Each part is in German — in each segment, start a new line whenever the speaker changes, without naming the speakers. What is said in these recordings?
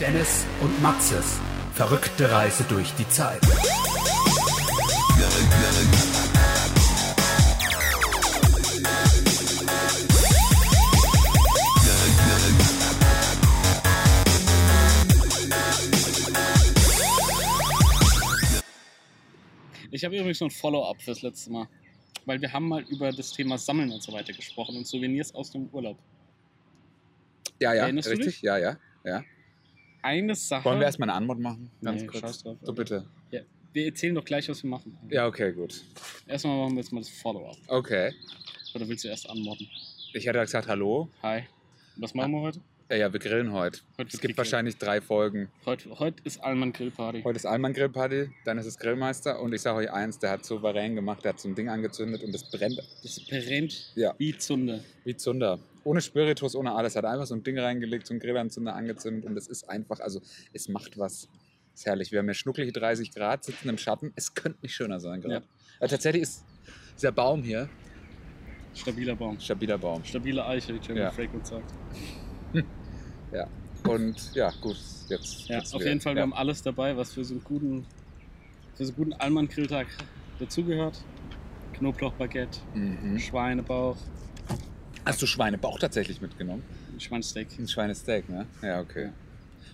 Dennis und Maxes verrückte Reise durch die Zeit.
Ich habe übrigens noch ein Follow-up fürs letzte Mal. Weil wir haben mal über das Thema Sammeln und so weiter gesprochen und Souvenirs aus dem Urlaub.
Ja, ja,
Erinnerst du
richtig.
dich?
Ja, ja, ja.
Eine Sache.
Wollen wir erstmal eine Anmut machen? Ganz
Ganz Nee, kurz.
kurz.
scheiß drauf,
so
Alter.
bitte.
Ja, wir erzählen doch gleich, was wir machen.
Ja, okay, gut.
Erstmal machen wir jetzt mal das Follow-up.
Okay.
Oder willst du erst anmodden?
Ich hätte ja gesagt, hallo.
Hi. Und was machen wir heute?
Ja, ja, wir grillen heute.
Heute
es
wird
gibt
gegrillt.
wahrscheinlich drei Folgen.
Heute, heute ist Alman Grillparty.
Heute ist Alman Grillparty, dann ist es Grillmeister und ich sage euch eins, der hat souverän gemacht, der hat so ein Ding angezündet und das brennt
Das brennt
Ja.
wie Zunder.
wie Zunder. Ohne Spiritus, ohne alles. Hat einfach so ein Ding reingelegt, so einen Grillanzünder angezündet und es ist einfach, also es macht was. Ist herrlich. Wir haben hier schnucklige 30 Grad, sitzen im Schatten. Es könnte nicht schöner sein gerade. Aber tatsächlich ist dieser Baum hier,
Stabiler Baum.
stabiler Baum.
Stabile Eiche, wie Jeremy
Ja.
Fragrance sagt.
Und ja, gut, jetzt.
Ja,
jetzt
auf
wir-
jeden Fall, wir
Ja.
haben alles dabei, was für so einen guten, für so einen guten Alman-Grilltag dazugehört. Knoblauchbaguette,
Mhm.
Schweinebauch,
Hast du Schweinebauch tatsächlich mitgenommen?
Schweinsteak.
Ein Schweinesteak, ne? Ja, okay.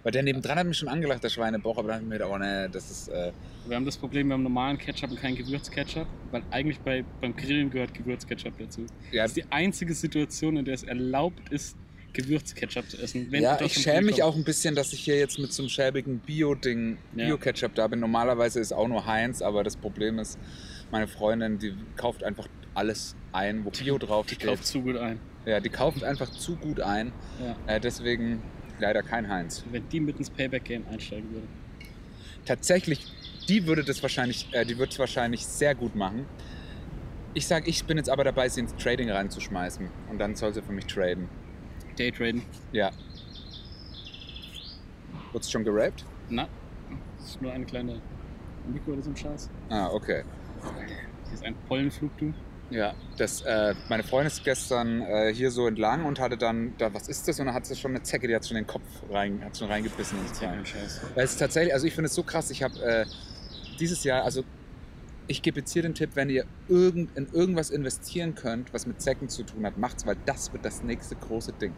Weil der nebendran hat mich schon angelacht, der Schweinebauch, aber dann hab ich mir gedacht, oh nee, das ist. Äh,
Wir haben das Problem, wir haben normalen Ketchup und keinen Gewürzketchup, weil eigentlich bei, beim Grillen gehört Gewürzketchup dazu.
ja,
Das ist die einzige Situation, in der es erlaubt ist, Gewürzketchup zu essen. wenn
ja
du das
ich
vom
schäme
Grill
mich
kommst.
auch ein bisschen, dass ich hier jetzt mit so einem schäbigen Bio-Ding,
Ja.
Bio-Ketchup da bin. Normalerweise ist auch nur Heinz, aber das Problem ist, meine Freundin, die kauft einfach alles ein, wo Bio
Die
draufsteht.
kauft zu gut ein.
Ja, die kauft einfach zu gut ein.
Ja.
Äh, deswegen leider kein Heinz.
Wenn die mit ins Payback-Game einsteigen würde.
tatsächlich, die würde das wahrscheinlich, äh, die wird es wahrscheinlich sehr gut machen. Ich sag, ich bin jetzt aber dabei, sie ins Trading reinzuschmeißen und dann soll sie für mich traden.
Daytraden.
Ja. Wurdest schon gerappt?
Na, das ist nur eine kleine Mikro oder so ein Scheiß.
Ah, okay.
Hier ist ein Pollenflug, du.
Ja, das, äh, meine Freundin ist gestern äh, hier so entlang und hatte dann, da, was ist das? Und dann hat sie schon eine Zecke, die hat schon den Kopf rein, hat schon reingebissen ins
Das ist ja
Bein.
kein Scheiß.
Weil es ist tatsächlich, also ich finde es so krass, ich habe äh, dieses Jahr, also ich gebe jetzt hier den Tipp, wenn ihr irgend, in irgendwas investieren könnt, was mit Zecken zu tun hat, macht's, weil das wird das nächste große Ding.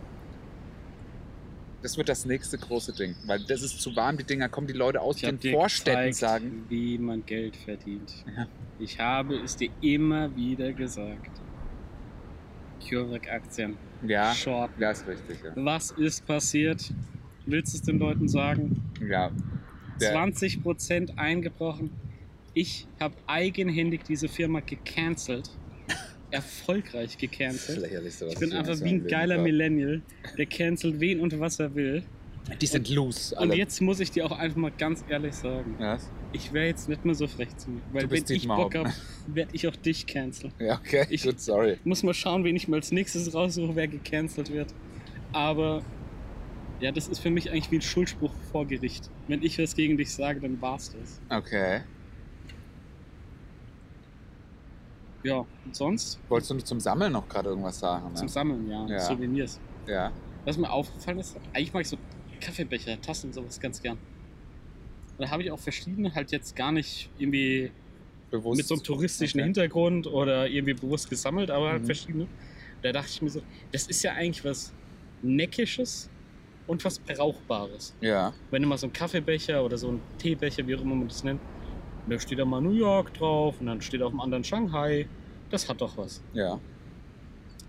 Das wird das nächste große Ding, weil das ist zu warm, die Dinger kommen die Leute aus
Ich habe
den
dir
Vorstädten
gezeigt,
sagen.
wie man Geld verdient.
Ja.
Ich habe es dir immer wieder gesagt. CureVac-Aktien.
Ja,
Short.
ja, ist richtig. Ja,
Was ist passiert? Willst du es den Leuten sagen?
ja, Der-
20% eingebrochen. Ich habe eigenhändig diese Firma gecancelt.
das
Erfolgreich
ist
gecancelt.
lächerlich sowas.
Ich bin
zu
einfach
sagen,
wie ein geiler
Leben.
Millennial, der cancelt wen und was er will.
Die sind loose, alle.
Und jetzt muss ich dir auch einfach mal ganz ehrlich sagen,
Ja,
ich wäre jetzt nicht mehr so frech zu mir. Weil
Du
wenn
bist
ich
Dietmar
Bock
Hopp.
habe, werde ich auch dich canceln.
ja okay,
Ich-
gut, sorry.
Muss mal schauen, wen ich mal als nächstes raussuche, wer gecancelt wird. Aber ja, das ist für mich eigentlich wie ein Schuldspruch vor Gericht. Wenn ich was gegen dich sage, dann war's das.
Okay.
Ja, und sonst
Wolltest du nicht zum Sammeln noch gerade irgendwas sagen? Ne?
zum Sammeln, ja,
Ja.
Souvenirs.
ja.
Was mir aufgefallen ist, eigentlich mag ich so Kaffeebecher, Tassen und sowas ganz gern. Da habe ich auch verschiedene, halt jetzt gar nicht irgendwie
bewusst.
mit so einem touristischen
Okay.
Hintergrund oder irgendwie bewusst gesammelt, aber halt
Mhm.
verschiedene. Da dachte ich mir so, das ist ja eigentlich was Neckisches und was Brauchbares.
Ja,
wenn du mal so einen Kaffeebecher oder so einen Teebecher, wie auch immer man das nennt, und da steht da mal New York drauf und dann steht auf dem anderen Shanghai. Das hat doch was.
ja.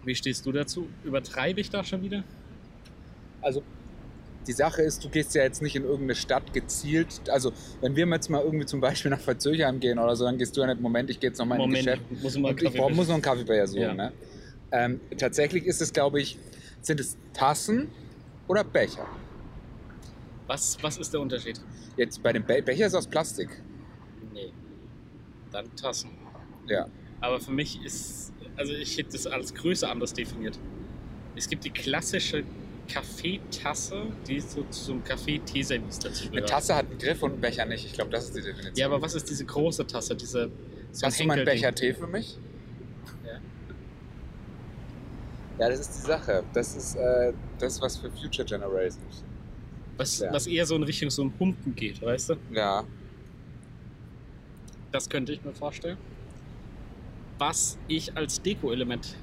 Wie stehst du dazu? Übertreibe ich da schon wieder?
Also die Sache ist, du gehst ja jetzt nicht in irgendeine Stadt gezielt. Also wenn wir jetzt mal irgendwie zum Beispiel nach Verzögerheim gehen oder so, dann gehst du ja nicht, Moment, ich gehe jetzt nochmal in ein
Moment,
Geschäft.
ich muss mal einen
Und ich
Kaffee.
brauch, muss noch einen Kaffeebecher suchen.
Ja.
Ne? Ähm, tatsächlich ist es, glaube ich, sind es Tassen oder Becher?
was, was ist der Unterschied?
Jetzt bei dem Be Becher ist aus Plastik.
Nee. Dann Tassen.
Ja.
Aber für mich ist, also ich hätte das als Größe anders definiert. Es gibt die klassische Kaffeetasse, die so zum Kaffee-Teeservice dazu
Eine
gehört.
Tasse hat einen Griff und ein Becher nicht. Ich glaube, das ist die Definition.
Ja, aber was ist diese große Tasse? Diese, so ein
Hast du mal einen
Henkelding?
Becher Tee für mich?
Ja.
Ja, das ist die Sache. Das ist äh, das, was für Future Generations.
Was,
Ja.
was eher so in Richtung so ein Humpen geht, weißt du?
Ja.
Das könnte ich mir vorstellen. Was ich als Deko-Element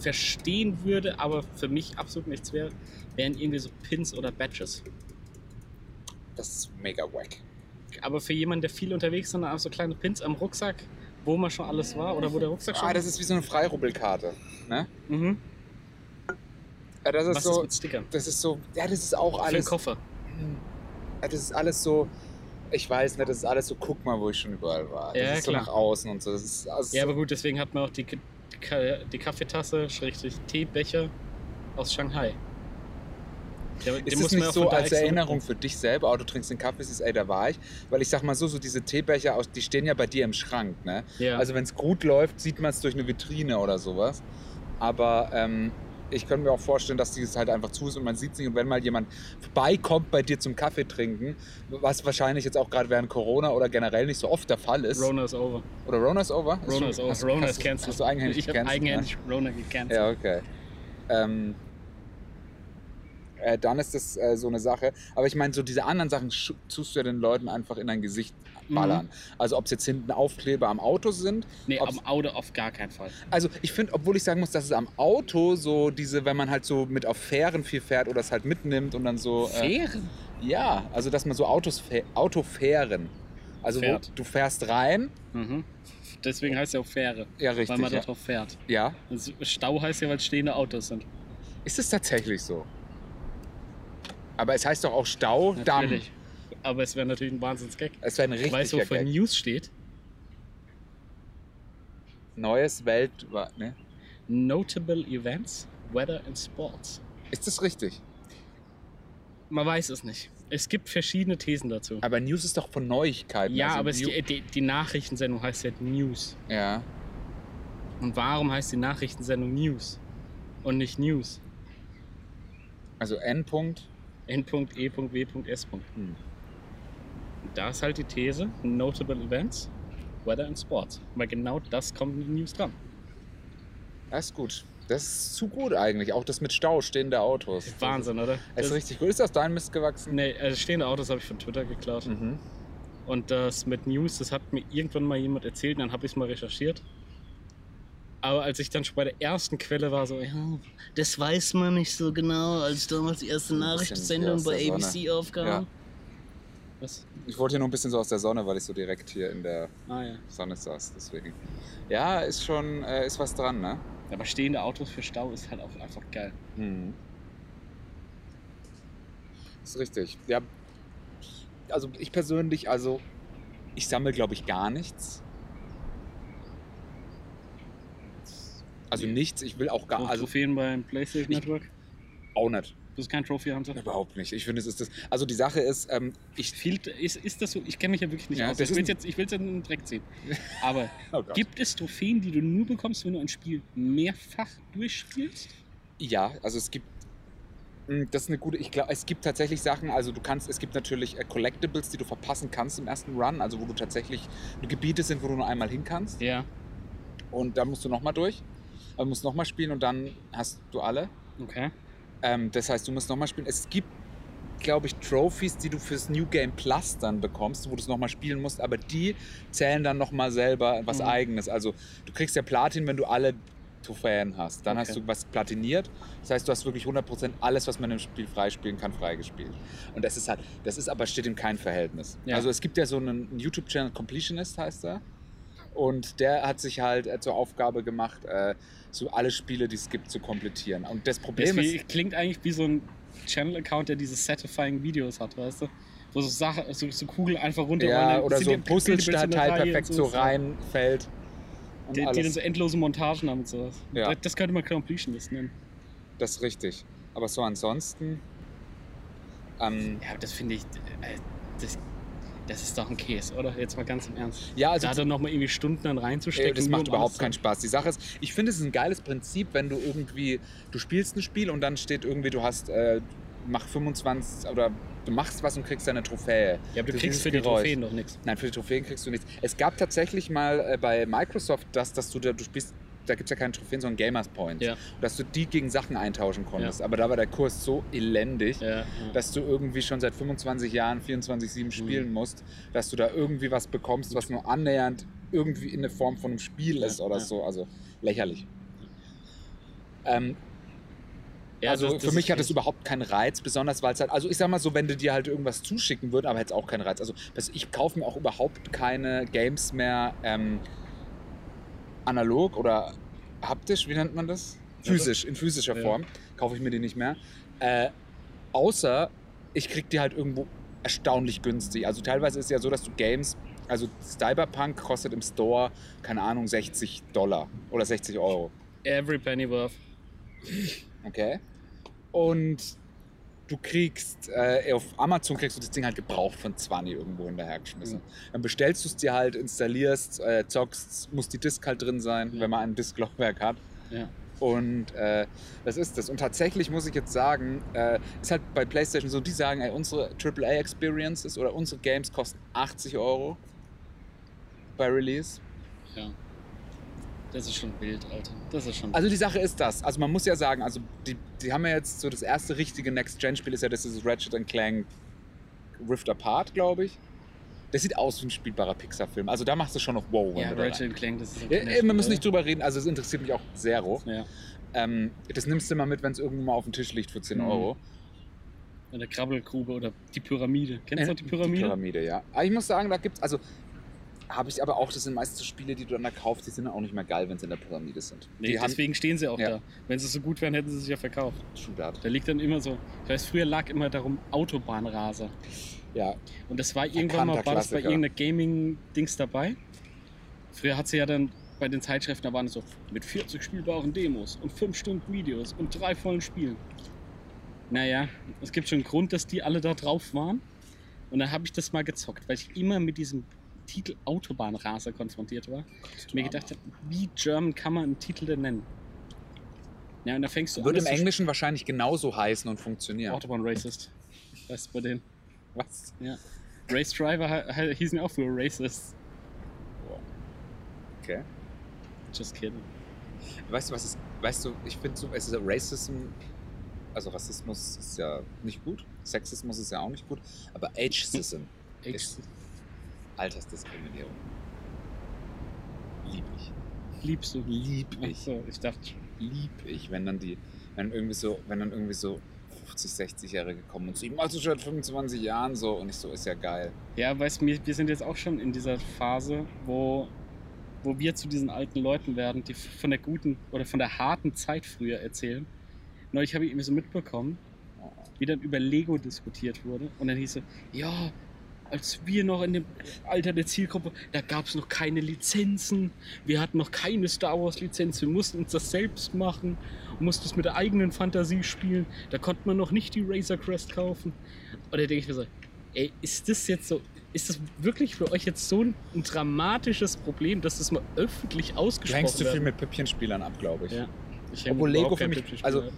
verstehen würde, aber für mich absolut nichts wäre, wären irgendwie so Pins oder Badges.
Das ist mega wack.
Aber für jemanden, der viel unterwegs ist, und dann auch so kleine Pins am Rucksack, wo man schon alles war oder wo der Rucksack schon
Ah, das ist wie so eine Freirubbelkarte.
mhm.
Ja, das ist
Was ist
so.
mit Stickern?
das ist so. Ja, das ist auch
Für den
alles.
Koffer.
Ja, das ist alles so. Ich weiß nicht, das ist alles so, guck mal, wo ich schon überall war. Das
Ja,
ist so
klar.
nach außen und so. Das ist also
Ja, aber gut, deswegen hat man auch die, K- die, Ka- die Kaffeetasse, schrägstrich Teebecher aus Shanghai. Ja, aber den
Ist es
muss man
nicht
auch
so
von da
als
extra
Erinnerung für dich selber, oh, du trinkst den Kaffee, siehst, ey, da war ich? Weil ich sag mal so, so diese Teebecher, aus, die stehen ja bei dir im Schrank, ne?
mitnehmen? Ja.
Also wenn es gut läuft, sieht man es durch eine Vitrine oder sowas. Aber ähm, ich könnte mir auch vorstellen, dass dieses halt einfach zu ist und man sieht es nicht. Und wenn mal jemand vorbeikommt bei dir zum Kaffee trinken, was wahrscheinlich jetzt auch gerade während Corona oder generell nicht so oft der Fall ist.
Rona ist over.
Oder Rona's over? Ist
Rona
schon-
ist over.
hast-
Rona
hast
ist
du-
cancelled.
Hast du eigenhändig
ich habe
gecancelt, ne?
eigenhändig Rona gecancelt.
Ja, okay. Ähm, äh, dann ist das äh, so eine Sache. Aber ich meine, so diese anderen Sachen schu- tust du ja den Leuten einfach in dein Gesicht
Mhm.
ballern. Also ob es jetzt hinten Aufkleber am Auto sind.
Nee,
Ob's-
am Auto auf gar keinen Fall.
Also ich finde, obwohl ich sagen muss, dass es am Auto so diese, wenn man halt so mit auf Fähren viel fährt oder es halt mitnimmt und dann so... Äh,
Fähren?
ja, also dass man so Autos, fäh- Autofähren. Also wo,
Fährt.
du fährst rein.
Mhm. Deswegen heißt ja auch Fähre,
Ja, richtig.
weil man
ja.
da drauf fährt.
ja.
Also Stau heißt ja, weil stehende Autos sind.
Ist es tatsächlich so? Aber es heißt doch auch Stau, Damm.
Natürlich. Aber es wäre natürlich ein Wahnsinns-Gag.
Es wäre ein richtiger
Weißt du, wofür
Gag.
News steht?
Neues Welt... wa- Ne?
Notable Events, Weather and Sports.
Ist das richtig?
Man weiß es nicht. Es gibt verschiedene Thesen dazu.
Aber News ist doch von Neuigkeiten.
Ja,
also
aber es,
New-
die, die, die Nachrichtensendung heißt ja News.
Ja.
Und warum heißt die Nachrichtensendung News? Und nicht News.
Also Endpunkt.
N.E.W.S.
Hm.
Und da ist halt die These, Notable Events, Weather and Sports. Weil genau das kommt in den News dran.
Das ist gut. Das ist zu gut eigentlich. Auch das mit Stau stehende Autos.
Wahnsinn, oder?
Das ist also richtig gut. Ist das dein Mist gewachsen?
Nee, also stehende Autos habe ich von Twitter geklaut.
Mhm.
Und das mit News, das hat mir irgendwann mal jemand erzählt, und dann habe ich es mal recherchiert. Aber als ich dann schon bei der ersten Quelle war, so, ja, das weiß man nicht so genau, als damals die erste
Ein bisschen
Nachrichtensendung
aus der
bei
Sonne.
ABC aufkam.
Ja.
Was?
Ich wollte hier nur ein bisschen so aus der Sonne, weil ich so direkt hier in der
Ah ja.
Sonne saß. Deswegen. Ja, ist schon, äh, ist was dran, ne?
Aber stehende Autos für Stau ist halt auch einfach geil.
Mhm. Ist richtig. Ja. Also ich persönlich, also ich sammle, glaube ich, gar nichts. Also
Nee.
nichts. Ich will auch gar,
Und
also
Trophäen beim PlayStation
Ich-
Network.
auch nicht.
Du bist kein Trophy-Hunter.
Überhaupt nicht. Ich finde, es ist das. Also die Sache ist, ähm, ich.
Viel, ist, ist das so? Ich kenne mich ja wirklich nicht
Ja,
aus.
das
Ich will
ist
jetzt, ich will's jetzt in den Dreck ziehen. Aber
Oh Gott.
gibt es Trophäen, die du nur bekommst, wenn du ein Spiel mehrfach durchspielst?
Ja, also es gibt. Mm, Das ist eine gute. Ich glaube, es gibt tatsächlich Sachen. Also du kannst. Es gibt natürlich äh, Collectibles, die du verpassen kannst im ersten Run. Also wo du tatsächlich Gebiete sind, wo du nur einmal hin kannst.
Ja.
Und dann musst du nochmal durch. Also musst nochmal spielen und dann hast du alle.
Okay.
Ähm, das heißt, du musst nochmal spielen. Es gibt, glaube ich, Trophies, die du fürs New Game Plus dann bekommst, wo du es nochmal spielen musst, aber die zählen dann nochmal selber was
Mhm.
eigenes. Also du kriegst ja Platin, wenn du alle Trophäen hast. Dann hast
Okay.
du was platiniert. Das heißt, du hast wirklich 100% alles, was man im Spiel freispielen kann, freigespielt. Und das ist halt, das ist aber steht in keinem Verhältnis.
Ja.
Also es gibt ja so einen YouTube-Channel, Completionist heißt er. Und der hat sich halt äh, zur Aufgabe gemacht, äh, so alle Spiele, die es gibt, zu komplettieren. Und das
Das
Problem ist,
wie, klingt eigentlich wie so ein Channel-Account, der diese satisfying Videos hat, weißt du? Wo so Sachen, so, so Kugeln einfach runterrollen.
Ja,
dann
oder
sind
so
die
ein
abgebildet mit so einer
Puzzlestadtteil
Reihe und
perfekt so reinfällt. Und
Die, die dann
alles.
so endlose Montagen haben und sowas.
Ja.
Das, das könnte man Completionist nennen.
Das ist richtig. Aber so ansonsten. Ähm,
Ja, aber das finde ich, äh, das, das ist doch ein Käse, oder? Jetzt mal ganz im Ernst.
ja, also
da dann nochmal irgendwie Stunden dann reinzustecken.
Ey, das
nur
macht
um
überhaupt keinen
alles
Spaß. Die Sache ist, ich finde, es ist ein geiles Prinzip, wenn du irgendwie, du spielst ein Spiel und dann steht irgendwie, du hast, äh, mach 25 oder du machst was und kriegst deine Trophäe.
zu- Ja, aber du
Das
kriegst
ist
für die
Geräusch.
Trophäen doch nichts.
Nein, für die Trophäen kriegst du nichts. Es gab tatsächlich mal äh, bei Microsoft das, dass du, da- du spielst da gibt es ja keine Trophäen, sondern Gamers Points.
Ja.
Dass du die gegen Sachen eintauschen konntest. Aber da war der Kurs so elendig,
Ja, ja.
dass du irgendwie schon seit 25 Jahren
Mhm.
24-7 spielen musst, dass du da irgendwie was bekommst, was nur annähernd irgendwie in der Form von einem Spiel
Ja,
ist oder
ja.
so. Also lächerlich. Ähm,
Ja,
also
das- das
für mich
ist
hat es
echt-
überhaupt keinen Reiz, besonders weil es halt, also ich sag mal so, wenn du dir halt irgendwas zuschicken würden, aber hätte es auch keinen Reiz. Also das, ich kaufe mir auch überhaupt keine Games mehr ähm, analog oder haptisch, wie nennt man das? Physisch, in physischer
Ja.
Form kaufe ich mir die nicht mehr. Äh, außer ich krieg die halt irgendwo erstaunlich günstig. Also teilweise ist es ja so, dass du Games, also Cyberpunk kostet im Store, keine Ahnung, 60 Dollar oder 60 Euro.
Every penny worth.
Okay. Und du kriegst, äh, auf Amazon kriegst du das Ding halt gebraucht von 20 irgendwo hinterhergeschmissen. Dann bestellst du es dir halt, installierst, äh, zockst, muss die Disk halt drin sein,
Ja.
wenn man ein Disklochwerk hat.
Ja.
Und äh, das ist das. Und tatsächlich muss ich jetzt sagen, äh, ist halt bei PlayStation so, die sagen, ey, unsere AAA-Experiences oder unsere Games kosten 80 Euro bei Release.
Ja. Das ist schon wild, Alter. Das ist schon
Also die Sache ist das. Also man muss ja sagen, also die, die haben ja jetzt so das erste richtige Next-Gen-Spiel ist ja das dieses Ratchet and Clank Rift Apart, glaube ich. Das sieht aus wie ein spielbarer Pixar-Film. Also da machst du schon noch wow. Wenn
Ja,
du da rein-
Ratchet Clank, das ist
ja,
ein
ey, wir müssen äh, nicht
Kinderspiel,
drüber reden, also es interessiert mich auch sehr hoch.
oder? Ja.
Ähm, das nimmst du mal mit, wenn es irgendwo mal auf dem Tisch liegt für 10
Mhm.
Euro.
Oder der Krabbelgrube oder die Pyramide. Kennst du noch die
Äh, Die
Pyramide?
Pyramide, ja. Aber ich muss sagen, da gibt's, also habe ich aber auch, das sind meistens Spiele, die du dann da kaufst, die sind dann auch nicht mehr geil, wenn sie in der Pyramide sind.
Nee,
die haben
deswegen stehen sie auch
Ja.
da. Wenn sie so gut wären, hätten sie sich ja verkauft.
schon da.
Da liegt dann immer so, ich weiß, früher lag immer darum Autobahnraser.
Ja,
Und das war irgendwann mal,
Verkannter
war das bei
Klassiker.
irgendeiner Gaming-Dings dabei. Früher hat sie ja dann bei den Zeitschriften, da waren so mit 40 spielbaren Demos und 5 Stunden Videos und drei vollen Spielen. Naja, es gibt schon einen Grund, dass die alle da drauf waren. Und dann habe ich das mal gezockt, weil ich immer mit diesem Titel Autobahnraser konfrontiert war. Und mir gedacht habe, wie German kann man einen Titel denn nennen? Ja, und da fängst du
Würde
an.
im
dass du-
Englischen wahrscheinlich genauso heißen und funktionieren.
Autobahn Racist. Weißt du, bei denen.
Was?
Ja. Race Driver he- he- hießen ja auch früher Racists.
Okay.
Just kidding.
Weißt du, was ist, weißt du, ich finde so, es ist Racism, also Rassismus ist ja nicht gut, Sexismus ist ja auch nicht gut, aber Ageism,
Ex
Altersdiskriminierung. Lieb ich.
liebst du.
Lieb
Ach
ich.
so, ich dachte,
Lieb ich, wenn dann die, wenn irgendwie so, wenn dann irgendwie so 50, 60-Jährige kommen und so, ich mach das schon seit 25 Jahren so und ich so, ist ja geil.
ja, weißt du, wir wir sind jetzt auch schon in dieser Phase, wo, wo wir zu diesen alten Leuten werden, die f- von der guten oder von der harten Zeit früher erzählen. Neulich habe ich irgendwie so mitbekommen, wie dann über Lego diskutiert wurde und dann hieß so, ja, als wir noch in dem Alter der Zielgruppe, da gab es noch keine Lizenzen, wir hatten noch keine Star Wars Lizenz, wir mussten uns das selbst machen, mussten es mit der eigenen Fantasie spielen, da konnte man noch nicht die Razor Crest kaufen. Und da denke ich mir so, ey, ist das jetzt so, ist das wirklich für euch jetzt so ein, ein dramatisches Problem, dass das mal öffentlich
Du
ausgesprochen
hängst
wird?
zu viel mit Püppchenspielern ab, glaube ich.
Ja. Ich häng
Obwohl Lego
überhaupt
für
kein
mich-
Pippi-Spiel
also-
ein.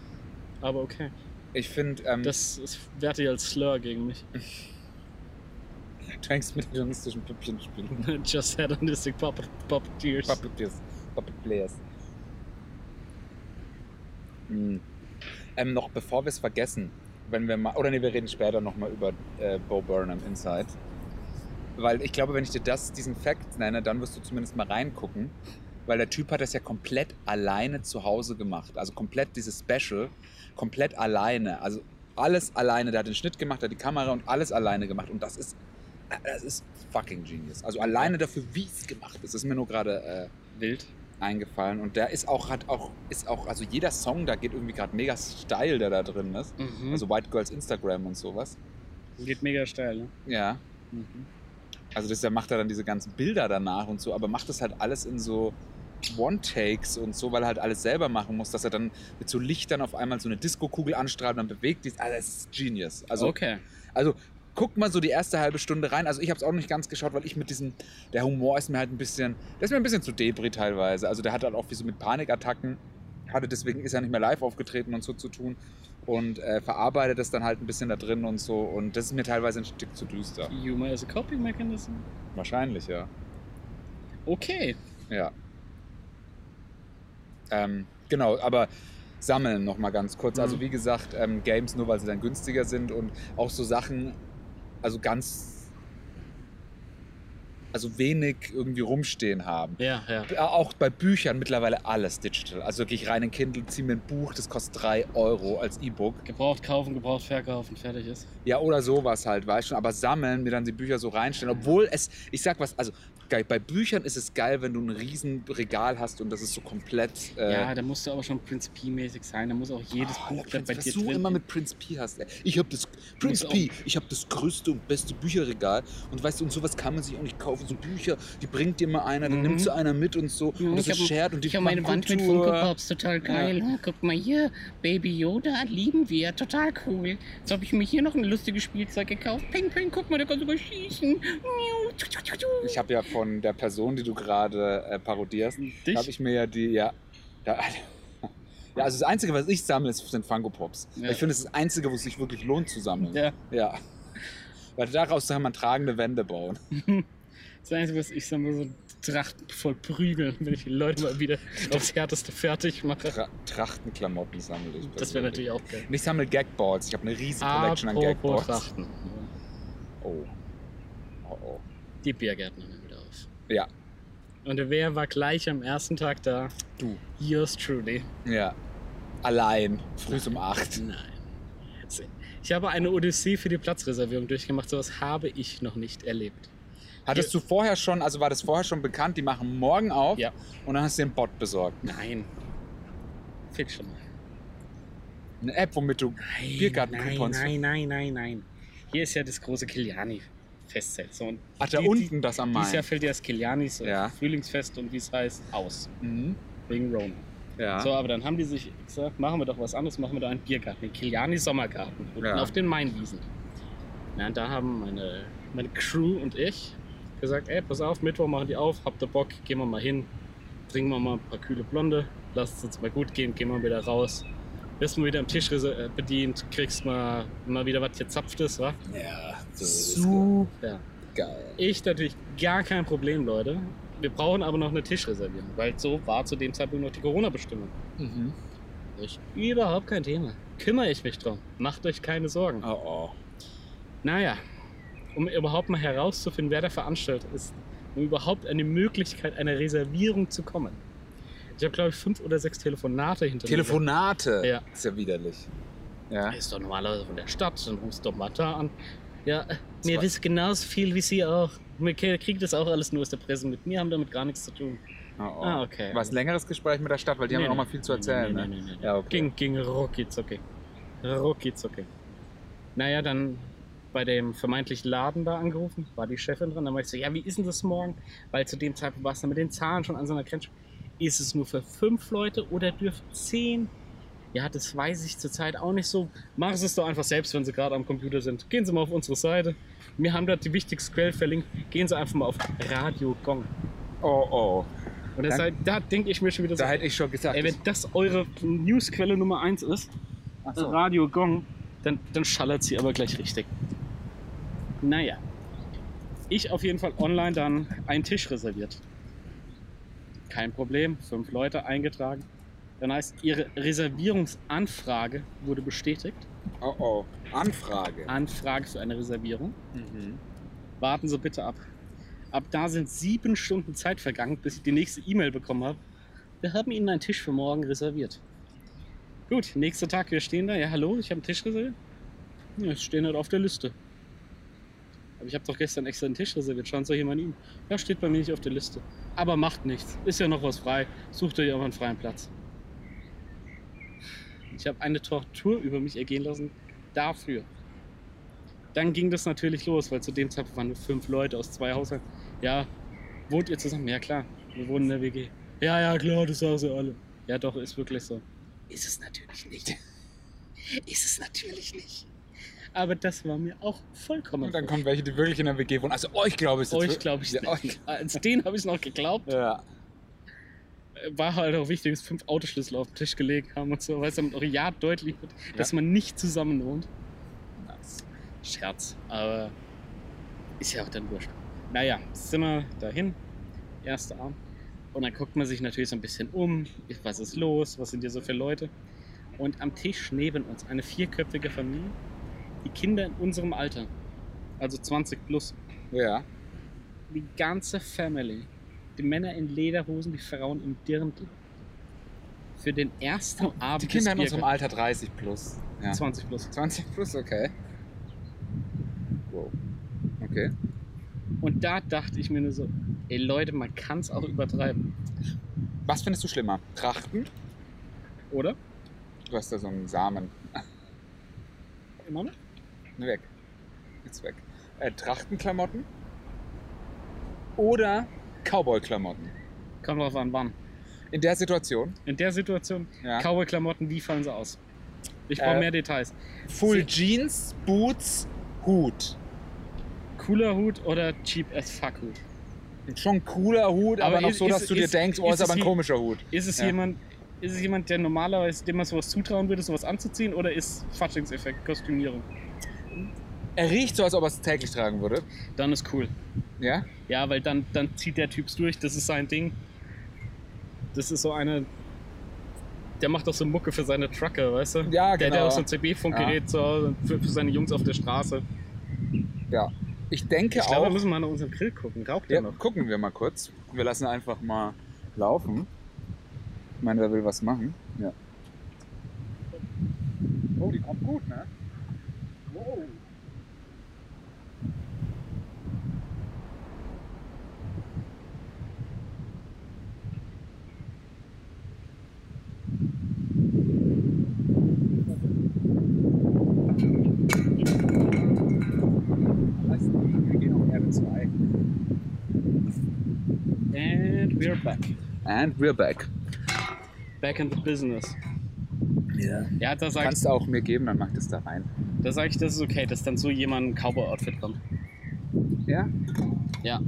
aber okay.
Ich finde, ähm,
Das ist werte ich als Slur gegen mich.
du hängst mit hedonistischen Püppchenspielern
Just hedonistic puppet, puppeteers.
Puppeteers. Puppet Players. Hm. Ähm, noch bevor wir es vergessen, wenn wir mal, oder nee, wir reden später nochmal über äh, Bo Burnham Inside. Weil ich glaube, wenn ich dir das, diesen Fact nenne, dann wirst du zumindest mal reingucken. Weil der Typ hat das ja komplett alleine zu Hause gemacht. Also komplett dieses Special, komplett alleine. Also alles alleine. Der hat den Schnitt gemacht, der hat die Kamera und alles alleine gemacht. Und das ist, äh, das ist fucking genius. Also alleine dafür, wie es gemacht ist, ist mir nur gerade äh,
Wild.
eingefallen und der ist auch hat auch ist auch also jeder Song da geht irgendwie gerade mega steil der da drin ist
Mhm.
also White Girls Instagram und sowas
Geht mega steil, ne?
ja
Mhm.
also das der macht er dann diese ganzen Bilder danach und so aber macht das halt alles in so One Takes und so weil er halt alles selber machen muss dass er dann mit so Lichtern auf einmal so eine Disco-Kugel anstrahlt und dann bewegt die also das ist genius also
okay.
also guck mal so die erste halbe Stunde rein. Also ich habe es auch noch nicht ganz geschaut, weil ich mit diesem, der Humor ist mir halt ein bisschen, der ist mir ein bisschen zu debris teilweise. Also der hat halt auch wie so mit Panikattacken, hatte deswegen ist er nicht mehr live aufgetreten und so zu tun und äh, verarbeitet das dann halt ein bisschen da drin und so. Und das ist mir teilweise ein Stück zu düster.
Humor is a coping mechanism.
Wahrscheinlich, ja.
Okay.
Ja. Ähm, genau, aber sammeln nochmal ganz kurz.
Mhm.
Also wie gesagt, ähm, Games nur, weil sie dann günstiger sind und auch so Sachen, also ganz, also wenig irgendwie rumstehen haben.
Ja, ja.
Äh, Auch bei Büchern mittlerweile alles digital. Also wirklich rein in Kindle, zieh mir ein Buch, das kostet 3 Euro als E-Book.
Gebraucht kaufen, gebraucht verkaufen, fertig ist.
Ja, oder sowas halt, weißt du. Aber sammeln, mir dann die Bücher so reinstellen. Obwohl es, ich sag was, also geil, bei Büchern ist es geil, wenn du ein riesen Regal hast und das ist so komplett. Äh,
ja, da musst du aber schon Prinz Pi-mäßig sein. Da muss auch jedes
oh,
Buch
Prinz,
dann bei
was
dir
du
drin.
immer mit Prinz P hast. Ey. Ich hab das Prinz
auch-
P, ich hab das größte und beste Bücherregal und weißt du, und sowas kann man sich auch nicht kaufen. So Bücher, die bringt dir mal einer, dann
Mhm.
nimmt so einer mit und so.
Ja,
und das
ich
ist
hab-
shared und die
ich habe meine
machen
Wand mit
Kultur.
Funko Pops, total geil. Ah, Guck mal hier, Baby Yoda, lieben wir, total cool. Jetzt habe ich mir hier noch ein lustiges Spielzeug gekauft. Ping, ping, guck mal, der kann sogar schießen. Miau, tu, tu, tu, tu.
Ich habe ja von der Person, die du gerade äh, parodierst,
Dich?
Da habe ich mir ja die, ja. Da, ja, also das Einzige, was ich sammle, ist- sind Funko Pops.
Ja.
Ich finde, das ist das Einzige, wo es sich wirklich lohnt zu sammeln. Ja.
ja,
Weil daraus kann man tragende Wände bauen.
das Einzige, was ich sammle, so Trachten voll prügeln, wenn ich die Leute mal wieder aufs Härteste fertig mache.
Tra Trachtenklamotten sammle ich.
Das wäre
persönlich.
natürlich auch geil.
Und ich sammle Gagballs. Ich habe eine riesige Collection an
Apropos
Gagballs.
Trachten.
Oh. Oh, oh.
Die Biergärtnerin wieder auf.
Ja.
Und wer war gleich am ersten Tag da?
Du.
Yours truly.
Ja. Allein. Früh um acht.
Nein. Ich habe eine Odyssee für die Platzreservierung durchgemacht. Sowas habe ich noch nicht erlebt.
Hattest du vorher schon, also war das vorher schon bekannt, die machen morgen auf
Ja.
und dann hast du den Bot besorgt.
Nein. Fehlt schon mal.
Eine App, womit du
nein,
Biergarten-Coupons.
nein, nein, nein, nein. Hier ist ja das große Kiliani-Festzelt. So, und
Ach, da
die- die-
unten das am
Dieses
Main.
Jahr fällt ja das Kiliani, so
Ja.
Frühlingsfest und wie es heißt, aus.
Mhm.
Wegen Rona.
Ja.
So, aber dann haben die sich gesagt, machen wir doch was anderes, machen wir da einen Biergarten, den Kiliani Sommergarten, unten
Ja.
auf den Mainwiesen. Na, und da haben meine, meine Crew und ich gesagt, ey, pass auf, Mittwoch machen die auf, habt ihr Bock, gehen wir mal hin, trinken wir mal ein paar kühle Blonde, lasst es uns mal gut gehen, gehen wir wieder raus. Wirst mal wieder am Tisch reser- äh, bedient, kriegst mal, mal wieder was gezapftes, wa?
Ja,
Super.
geil.
Ich natürlich gar kein Problem, Leute. Wir brauchen aber noch eine Tischreservierung, weil so war zu dem Zeitpunkt noch die Corona-Bestimmung.
Mhm.
Ich, überhaupt kein Thema. Kümmere ich mich drum. Macht euch keine Sorgen.
Oh oh.
Naja, um überhaupt mal herauszufinden, wer der Veranstalter ist, um überhaupt an die Möglichkeit einer Reservierung zu kommen. Ich habe, glaube ich, fünf oder sechs Telefonate hinter mir.
Telefonate.
Ja.
Ist ja widerlich. Ja.
Ist doch normalerweise von der Stadt, dann rufst du doch mal da an. Ja, äh,
Zwei-
wir wissen genauso viel wie Sie auch. Wir ke- kriegen das auch alles nur aus der Presse mit. Wir haben damit gar nichts zu tun.
Oh, oh.
Ah, okay.
War es ein längeres Gespräch mit der Stadt, weil die
Nee,
haben auch
nee.
mal viel zu
Nee,
erzählen.
nee,
ne?
nee, nee, nee.
Ja, okay.
Ging, ging rucki zucki. Rucki zucki. Naja, dann bei dem vermeintlichen Laden da angerufen, war die Chefin dran. Dann meinte ich so, ja, wie ist denn das morgen? Weil zu dem Zeitpunkt war es dann mit den Zahlen schon an so einer Grenze. Ist es nur für fünf Leute oder dürfen zehn? Ja, das weiß ich zurzeit auch nicht so. Machen Sie es doch einfach selbst, wenn Sie gerade am Computer sind. Gehen Sie mal auf unsere Seite. Wir haben da die wichtigste Quelle verlinkt. Gehen Sie einfach mal auf Radio Gong.
Oh oh.
Und deshalb, da denke ich mir schon wieder so,
Da hätte ich schon gesagt.
Ey, wenn das eure Newsquelle Nummer 1 ist,
Ach so.
Radio Gong, dann, dann schallert sie aber gleich richtig. Naja. Ich auf jeden Fall online dann einen Tisch reserviert. Kein Problem, fünf Leute eingetragen. Dann heißt, ihre Reservierungsanfrage wurde bestätigt.
oh oh. Anfrage.
Ah, Anfrage für eine Reservierung.
Mhm.
Warten Sie bitte ab. Ab da sind sieben Stunden Zeit vergangen, bis ich die nächste E-Mail bekommen habe. Wir haben Ihnen einen Tisch für morgen reserviert. Gut, nächster Tag, wir stehen da. Ja, hallo, ich habe einen Tisch reserviert. Ja, es stehen halt auf der Liste. Aber ich habe doch gestern extra einen Tisch reserviert. Schauen Sie hier mal ihn. Ja, steht bei mir nicht auf der Liste. Aber macht nichts. Ist ja noch was frei. Sucht euch auch mal einen freien Platz. Ich habe eine Tortur über mich ergehen lassen. Dafür dann ging das natürlich los, weil zu dem Zeitpunkt waren nur fünf Leute aus zwei Haushalten. Ja, wohnt ihr zusammen? Ja, klar, wir wohnen in der WG. Ja, ja, klar, das sagen sie alle. Ja, doch, ist wirklich so. Ist es natürlich nicht. Ist es natürlich nicht. Aber das war mir auch vollkommen.
Und dann
wurscht.
kommen welche, die wirklich in der WG wohnen. Also euch glaube ich.
Euch glaube ich
ja,
nicht. Als den habe ich noch geglaubt.
Ja.
War halt auch wichtig, dass fünf Autoschlüssel auf dem Tisch gelegen haben und so, weil es damit auch ja deutlich wird, dass man nicht zusammen wohnt.
Nice.
Scherz, aber ist ja auch dann wurscht. Naja, sind wir dahin. Erster Abend. Und dann guckt man sich natürlich so ein bisschen um. Was ist los? Was sind hier so viele Leute? Und am Tisch neben uns eine vierköpfige Familie. Die Kinder in unserem Alter. Also 20 plus.
Ja.
Die ganze Family. Die Männer in Lederhosen, die Frauen im Dirndl. Für den ersten Abend.
Oh, Die Kinder in
des
unserem
Biergartens.
Alter 30 plus. Ja.
20 plus.
20 plus, okay. Wow. Okay.
Und da dachte ich mir nur so, ey Leute, man kann es auch übertreiben,
Was findest du schlimmer? Trachten?
oder?
Du hast da so einen Samen.
Immer noch?
Ne, Weg. Jetzt weg. Äh, Trachtenklamotten? Oder Cowboy-Klamotten?
Kommt drauf an, wann.
In der Situation?
In der Situation,
Ja.
Cowboy-Klamotten, wie fallen sie aus? Ich brauche
Äh.
mehr Details.
Full Jeans, Boots, Hut.
Cooler Hut oder cheap as fuck Hut?
Schon ein cooler Hut, aber,
Aber
noch
ist-
so, dass
ist-
du dir
ist-
denkst, oh,
ist
ist aber ein
es wie-
komischer Hut.
Ist es
Ja.
jemand, ist es jemand, der normalerweise dem man sowas zutrauen würde, sowas anzuziehen, oder ist Faschingseffekt, Kostümierung?
Er riecht so, als ob er es täglich tragen würde.
Dann ist cool.
Ja?
Ja, weil dann, dann zieht der Typs durch, das ist sein Ding. Das ist so eine. Der macht doch so Mucke für seine Trucker, weißt du?
Ja,
Der hat ja
genau.
auch so ein CB-Funkgerät zu Hause für, für seine Jungs auf der Straße.
Ja. Ich denke
Ich glaube,
auch.
wir müssen mal nach unserem Grill gucken. Raucht
ja,
der noch?
gucken wir mal kurz. Wir lassen einfach mal laufen. Ich meine, wer will was machen? Ja. Oh, die kommt gut, ne? Wir gehen auf Erde 2.
And we're back.
And we're back.
Back in the business. Ja, da sag,
Kannst du auch mir geben, dann mach das da rein.
da sag ich, das ist okay, dass dann so jemand ein Cowboy-Outfit kommt.
Ja?
Ja.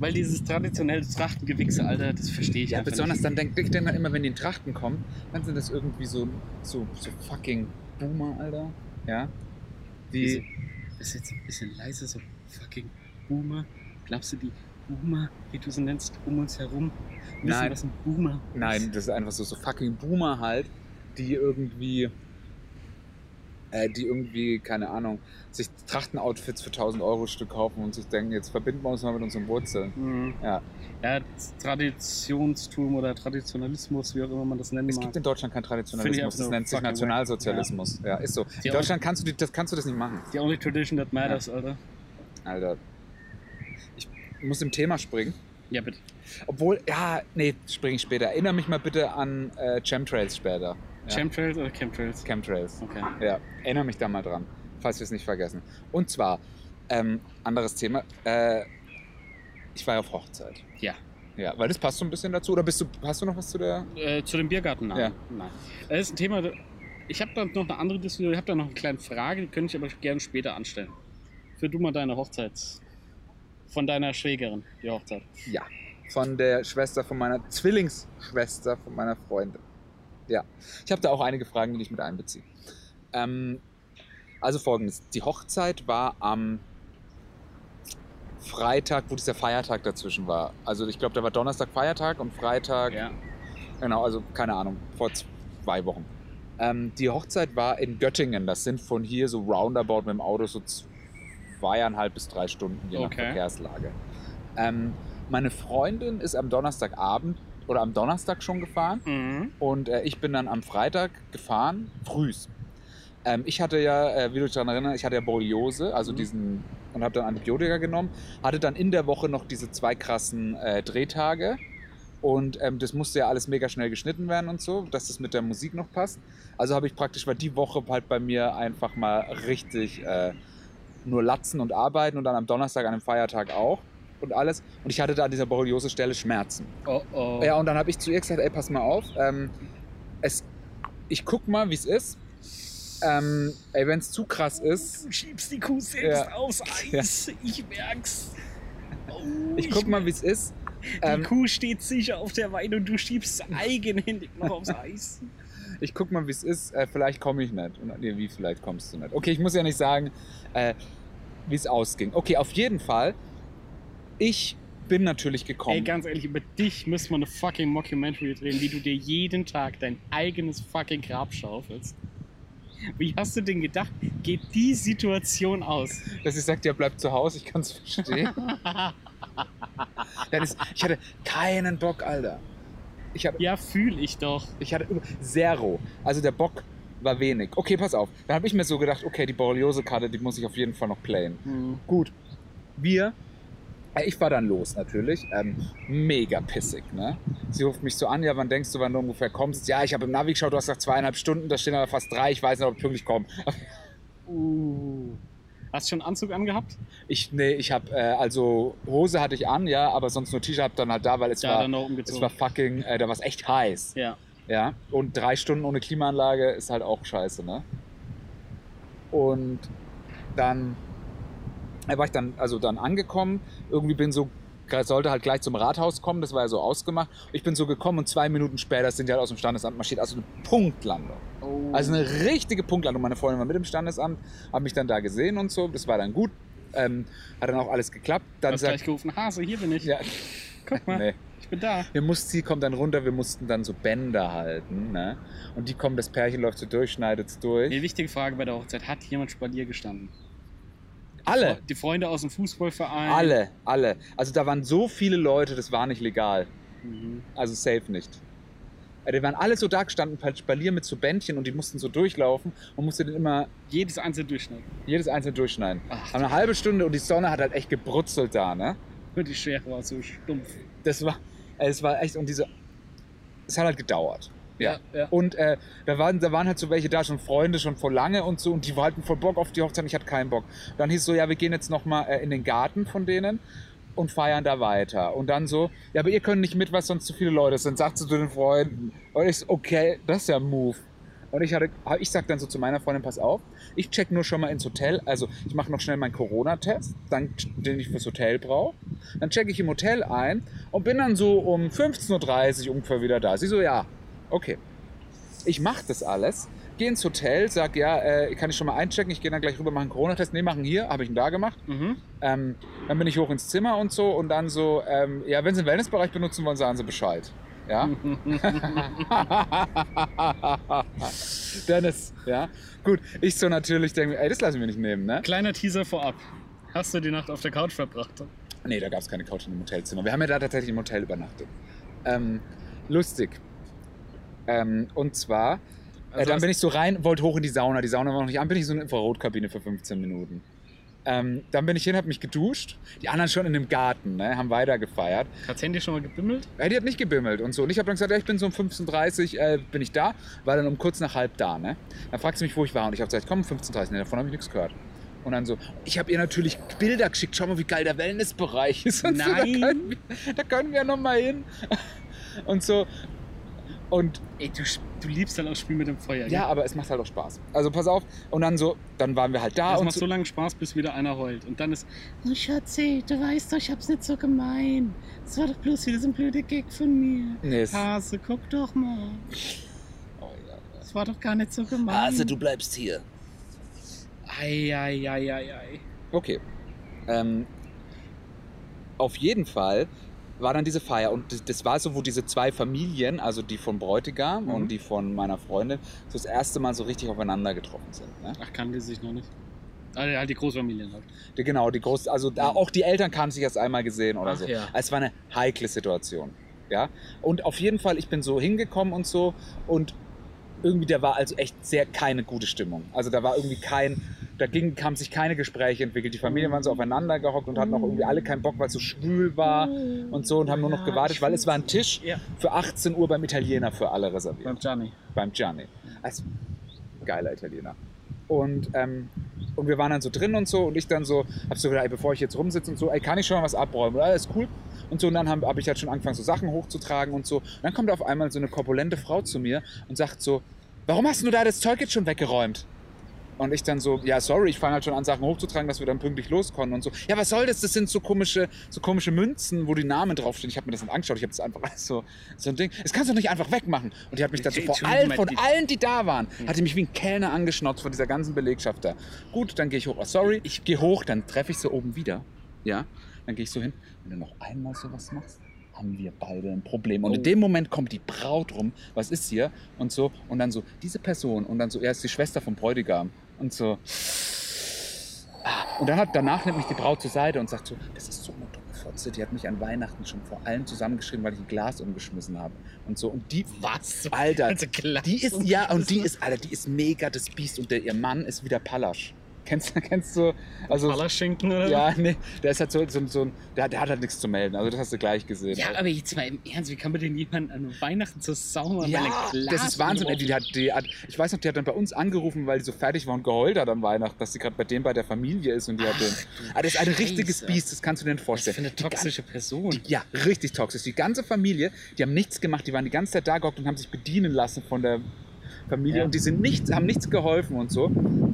Weil dieses traditionelle Trachtengewichse, Alter, das verstehe ich
Ja,
einfach
besonders
nicht.
dann denke ich dann immer, wenn die in Trachten kommen, dann sind das irgendwie so, so, so fucking Boomer, Alter. Ja?
Wieso?
Die.
Ist jetzt ein bisschen leise, so fucking Boomer. Glaubst du, die Boomer, wie du sie nennst, um uns herum, wissen,
Nein.
was ein Boomer ist?
Nein, das ist einfach so, so fucking Boomer halt, die irgendwie. Äh, die irgendwie, keine Ahnung, sich Trachtenoutfits für 1000 Euro Stück kaufen und sich denken, jetzt verbinden wir uns mal mit unseren Wurzeln.
Mhm.
Ja.
ja, Traditionstum oder Traditionalismus, wie auch immer man das nennen
Es
mag.
gibt in Deutschland keinen
Finde ich auch
Traditionalismus, das
so
nennt sich
fucking wack.
Nationalsozialismus. Ja, ist so.
Die
In Deutschland kannst du, die- das, kannst du das nicht machen.
The only tradition that matters, Alter.
Alter. Ich muss im Thema springen.
Ja, bitte.
Obwohl, ja, nee, springe ich später. Erinnere mich mal bitte an äh, Chemtrails später. Ja.
Chemtrails oder Chemtrails?
Chemtrails.
Okay.
Ja, erinnere mich da mal dran, falls wir es nicht vergessen. Und zwar, ähm, anderes Thema. Äh, ich war ja auf Hochzeit.
Ja.
Ja, weil das passt so ein bisschen dazu. Oder bist du, hast du noch was zu der?
Äh, zu dem Biergarten nein.
Ja.
nein. Das ist ein Thema. Ich habe da noch eine andere Diskussion, ich habe da noch eine kleine Frage, die könnte ich aber gerne später anstellen. Für du mal deine Hochzeits. Von deiner Schwägerin, die Hochzeit.
Ja. Von der Schwester von meiner Zwillingsschwester von meiner Freundin. Ja. Ich habe da auch einige Fragen, die ich mit einbeziehe. Ähm, also folgendes. Die Hochzeit war am Freitag, wo dieser Feiertag dazwischen war. Also ich glaube, da war Donnerstag Feiertag und Freitag,
Ja.
genau, also keine Ahnung, vor zwei Wochen. Ähm, die Hochzeit war in Göttingen. Das sind von hier so roundabout mit dem Auto so zweieinhalb bis drei Stunden, je nach
Okay.
Verkehrslage. Ähm, meine Freundin ist am Donnerstagabend oder am Donnerstag schon gefahren.
Mhm.
Und äh, ich bin dann am Freitag gefahren, frühs. Ähm, ich hatte ja, äh, wie du dich daran erinnerst, ich hatte ja Borreliose, also
Mhm.
diesen, und habe dann Antibiotika genommen. Hatte dann in der Woche noch diese zwei krassen äh, Drehtage. Und ähm, das musste ja alles mega schnell geschnitten werden und so, dass das mit der Musik noch passt. Also habe ich praktisch, war die Woche halt bei mir einfach mal richtig äh, nur latzen und arbeiten und dann am Donnerstag an dem Feiertag auch und alles. Und ich hatte da an dieser Borreliose-Stelle Schmerzen.
Oh oh.
Ja, und dann habe ich zu ihr gesagt, ey, pass mal auf, ähm, es, ich guck mal, wie es ist. Ähm, ey, wenn es zu krass ist,
Du schiebst die Kuh selbst
Ja.
aufs Eis. Ich merk's. Oh,
ich guck mal, wie es ist.
Die
Ähm,
Kuh steht sicher auf der Weide und du schiebst sie eigenhändig noch aufs Eis.
ich guck mal, wie es ist. Äh, vielleicht komme ich nicht. Und, nee, wie vielleicht kommst du nicht. Okay, ich muss ja nicht sagen, äh, wie es ausging. Okay, auf jeden Fall. Ich bin natürlich gekommen.
Ey, ganz ehrlich, über dich müssen wir eine fucking Mockumentary drehen, wie du dir jeden Tag dein eigenes fucking Grab schaufelst. Wie hast du denn gedacht, geht die Situation aus?
dass ich sagte, ja, bleib zu Hause, ich kann's verstehen. Dann ist, ich hatte keinen Bock, Alter. Ich, hab,
Ja, fühl ich doch.
ich hatte über- zero. Also der Bock war wenig. Okay, pass auf. Dann habe ich mir so gedacht, okay, die Borreliose-Karte, die muss ich auf jeden Fall noch playen. Gut, wir, äh, ich war dann los natürlich, ähm, mega pissig, ne? Sie ruft mich so an, ja, wann denkst du, wann du ungefähr kommst? Ja, ich habe im Navi geschaut, du hast gesagt zweieinhalb Stunden, da stehen aber fast drei, ich weiß nicht, ob ich wirklich komme.
Uh. Hast du schon Anzug angehabt?
Ich, nee, ich habe äh, also Hose hatte ich an, ja, aber sonst nur T-Shirt hab dann halt da, weil es
Ja,
war,
dann noch
es
umgezogen.
war fucking, äh, da war es echt heiß,
ja.
ja. Und drei Stunden ohne Klimaanlage ist halt auch scheiße, ne? Und dann äh, war ich dann, also dann angekommen, irgendwie bin so, sollte halt gleich zum Rathaus kommen, das war ja so ausgemacht. Ich bin so gekommen und zwei Minuten später sind die halt aus dem Standesamt marschiert, also eine Punktlandung. Also eine richtige Punktlandung. Meine Freundin war mit im Standesamt, haben mich dann da gesehen und so. Das war dann gut. Ähm, hat dann auch alles geklappt. Dann
hast gleich
sagt,
gerufen, Hase, hier bin ich.
ja,
Guck mal,
nee.
ich bin da.
Wir mussten, sie kommt dann runter, wir mussten dann so Bänder halten. Ne? Und die kommen, das Pärchen läuft so durch, schneidet es durch.
Eine wichtige Frage bei der Hochzeit, hat jemand Spalier gestanden?
Alle,
Die Freunde aus dem Fußballverein.
alle, alle. Also da waren so viele Leute, das war nicht legal.
Mhm.
Also safe nicht. Äh, Die waren alle so da gestanden, per Spalier mit so Bändchen und die mussten so durchlaufen und musste dann immer
Jedes einzelne durchschnitt.
jedes einzelne durchschneiden.
Ach,
Haben eine halbe Stunde und die Sonne hat halt echt gebrutzelt da, ne?
die Schere war so stumpf.
Das war, es war echt, und diese, es hat halt gedauert. Ja.
ja.
Und äh, da, waren, da waren halt so welche da, schon Freunde, schon vor lange und so, und die hatten voll Bock auf die Hochzeit, ich hatte keinen Bock. Dann hieß es so, ja, wir gehen jetzt nochmal äh, in den Garten von denen und feiern da weiter. Und dann so, ja, aber ihr könnt nicht mit, weil sonst zu viele Leute sind, sagst du zu den Freunden. Und ich so, okay, das ist ja ein Move. Und ich, hatte, ich sag dann so zu meiner Freundin, pass auf, ich check nur schon mal ins Hotel, also ich mache noch schnell meinen Corona-Test, dann- den ich fürs Hotel brauche. Dann checke ich im Hotel ein und bin dann so um 15.30 Uhr ungefähr wieder da. Sie so, ja, okay. Ich mache das alles, gehe ins Hotel, sag, ja, äh, kann ich schon mal einchecken, ich gehe dann gleich rüber, mache einen Corona-Test. Nee, machen hier, habe ich ihn da gemacht.
Mhm.
Ähm, dann bin ich hoch ins Zimmer und so und dann so, ähm, ja, wenn Sie den Wellnessbereich benutzen wollen, sagen Sie Bescheid. Ja.
Mhm.
Dennis, ja. Gut, ich so natürlich denke, ey, das lassen wir nicht nehmen, ne?
Kleiner Teaser vorab. Hast du die Nacht auf der Couch verbracht?
Nee, da gab es keine Couch in dem Hotelzimmer. Wir haben ja da tatsächlich im Hotel übernachtet. Ähm, lustig. Ähm, und zwar, äh,
Also
dann
hast-
bin ich so rein, wollte hoch in die Sauna. Die Sauna war noch nicht an, bin ich in so eine Infrarotkabine für 15 Minuten. Ähm, dann bin ich hin, habe mich geduscht. Die anderen schon in dem Garten, ne, haben weiter gefeiert.
Hat's Handy schon mal gebimmelt?
Ja, die hat nicht gebimmelt und so. Und ich habe dann gesagt, ja, ich bin so um 15.30 Uhr, äh, bin ich da, war dann um kurz nach halb da, ne? Dann fragt sie mich, wo ich war und ich habe gesagt, komm, um 15.30 Uhr, ne, davon habe ich nichts gehört. Und dann so, ich habe ihr natürlich Bilder geschickt, schau mal, wie geil der Wellnessbereich ist. Und So,
Nein.
da, können wir, da können wir nochmal hin. Und so. Und
Ey, du, sch- du liebst halt auch Spiel mit dem Feuer.
ja,
gell?
aber es macht halt auch Spaß. Also pass auf. Und dann so, dann waren wir halt da.
Das
und
macht so lange Spaß, bis wieder einer heult. Und dann ist, oh Schatzi, du weißt doch, ich hab's nicht so gemein. Das war doch bloß wieder so ein blöder Gag von mir.
Nee, es-
Hase, guck doch mal.
oh, ja. Also,
Das war doch gar nicht so gemein. Hase, du bleibst hier. Eieieiei.
Okay. Ähm, auf jeden Fall war dann diese Feier und das, das war so, wo diese zwei Familien, also die von Bräutigam
Mhm.
und die von meiner Freundin, so das erste Mal so richtig aufeinander getroffen sind. Ne?
Ach, kann die sich noch nicht. Ah, ja, halt die Großfamilien halt.
Die, genau, die groß, also da, auch die Eltern kamen sich erst einmal gesehen oder
Ach
so.
ja.
Es war eine heikle Situation. Ja. Und auf jeden Fall, ich bin so hingekommen und so und irgendwie da war also echt sehr keine gute Stimmung. Also da war irgendwie kein, da ging, haben sich keine Gespräche entwickelt. Die Familien waren so
Mhm.
aufeinander gehockt und hatten auch irgendwie alle keinen Bock, weil es so schwül war und so und haben nur noch
Mhm. Ja,
gewartet, weil es war ein Tisch
Ja.
für 18 Uhr beim Italiener für alle reserviert
Beim Gianni.
beim Gianni. Also, geiler Italiener. Und, ähm, und wir waren dann so drin und so und ich dann so, hab so gedacht, ey, bevor ich jetzt rumsitze und so, ey, kann ich schon mal was abräumen? Ja, ist cool. Und so, und dann habe hab ich halt schon angefangen, so Sachen hochzutragen und so. Und dann kommt auf einmal so eine korpulente Frau zu mir und sagt so, warum hast du da das Zeug jetzt schon weggeräumt? Und ich dann so, ja, sorry, ich fange halt schon an, Sachen hochzutragen, dass wir dann pünktlich los konnten und so. Ja, was soll das? Das sind so komische, so komische Münzen, wo die Namen draufstehen. Ich habe mir das nicht angeschaut, ich habe das einfach als so, so ein Ding. Das kannst du doch nicht einfach wegmachen. Und die hat mich dann so vor
Entschuldigung,
allen, von
die-
allen, die da waren, hat die mich wie ein Kellner angeschnauzt von dieser ganzen Belegschaft da. Gut, dann gehe ich hoch. Oh, sorry, ich gehe hoch, dann treffe ich sie oben wieder. Ja, dann gehe ich so hin. Wenn du noch einmal sowas machst, haben wir beide ein Problem. Und in
Oh.
dem Moment kommt die Braut rum, was ist hier? Und so, und dann so, diese Person, und dann so, er ist die Schwester vom Bräutigam. Und so. Ah. Und dann hat, danach nimmt mich die Braut zur Seite und sagt so, das ist so eine dumme Fotze, die hat mich an Weihnachten schon vor allem zusammengeschrieben, weil ich ein Glas umgeschmissen habe. Und so, und die,
Was?
Alter,
Also klar.
die ist, ja, und die ist, Alter, die ist mega das Biest und der, ihr Mann ist wieder Pallasch. Kennst, du- kennst du, also,
Ballerschinken oder
ja, nee, der ist halt so, so, so ein- der, der hat halt nichts zu melden, also das hast du gleich gesehen.
was? Ja, aber jetzt mal im Ernst, wie kann man denn jemanden an Weihnachten zur Sau machen? weil
Ja,
er Glas
das ist Wahnsinn. Ey,
umgeworfen
die, die hat, die hat, ich weiß noch, die hat dann bei uns angerufen, weil die so fertig war und geheult hat an Weihnachten, dass sie gerade bei dem bei der Familie ist und die hat den.
du
Ah, das ist ein richtiges
Scheiße.
Biest, das kannst du dir nicht
Was für
vorstellen.
eine
Die ganze-
toxische Person.
die, ja, richtig toxisch. Die ganze Familie, die haben nichts gemacht, die waren die ganze Zeit da gehockt und haben sich bedienen lassen von der Familie
Ja.
und die sind nicht, haben nichts geholfen und so.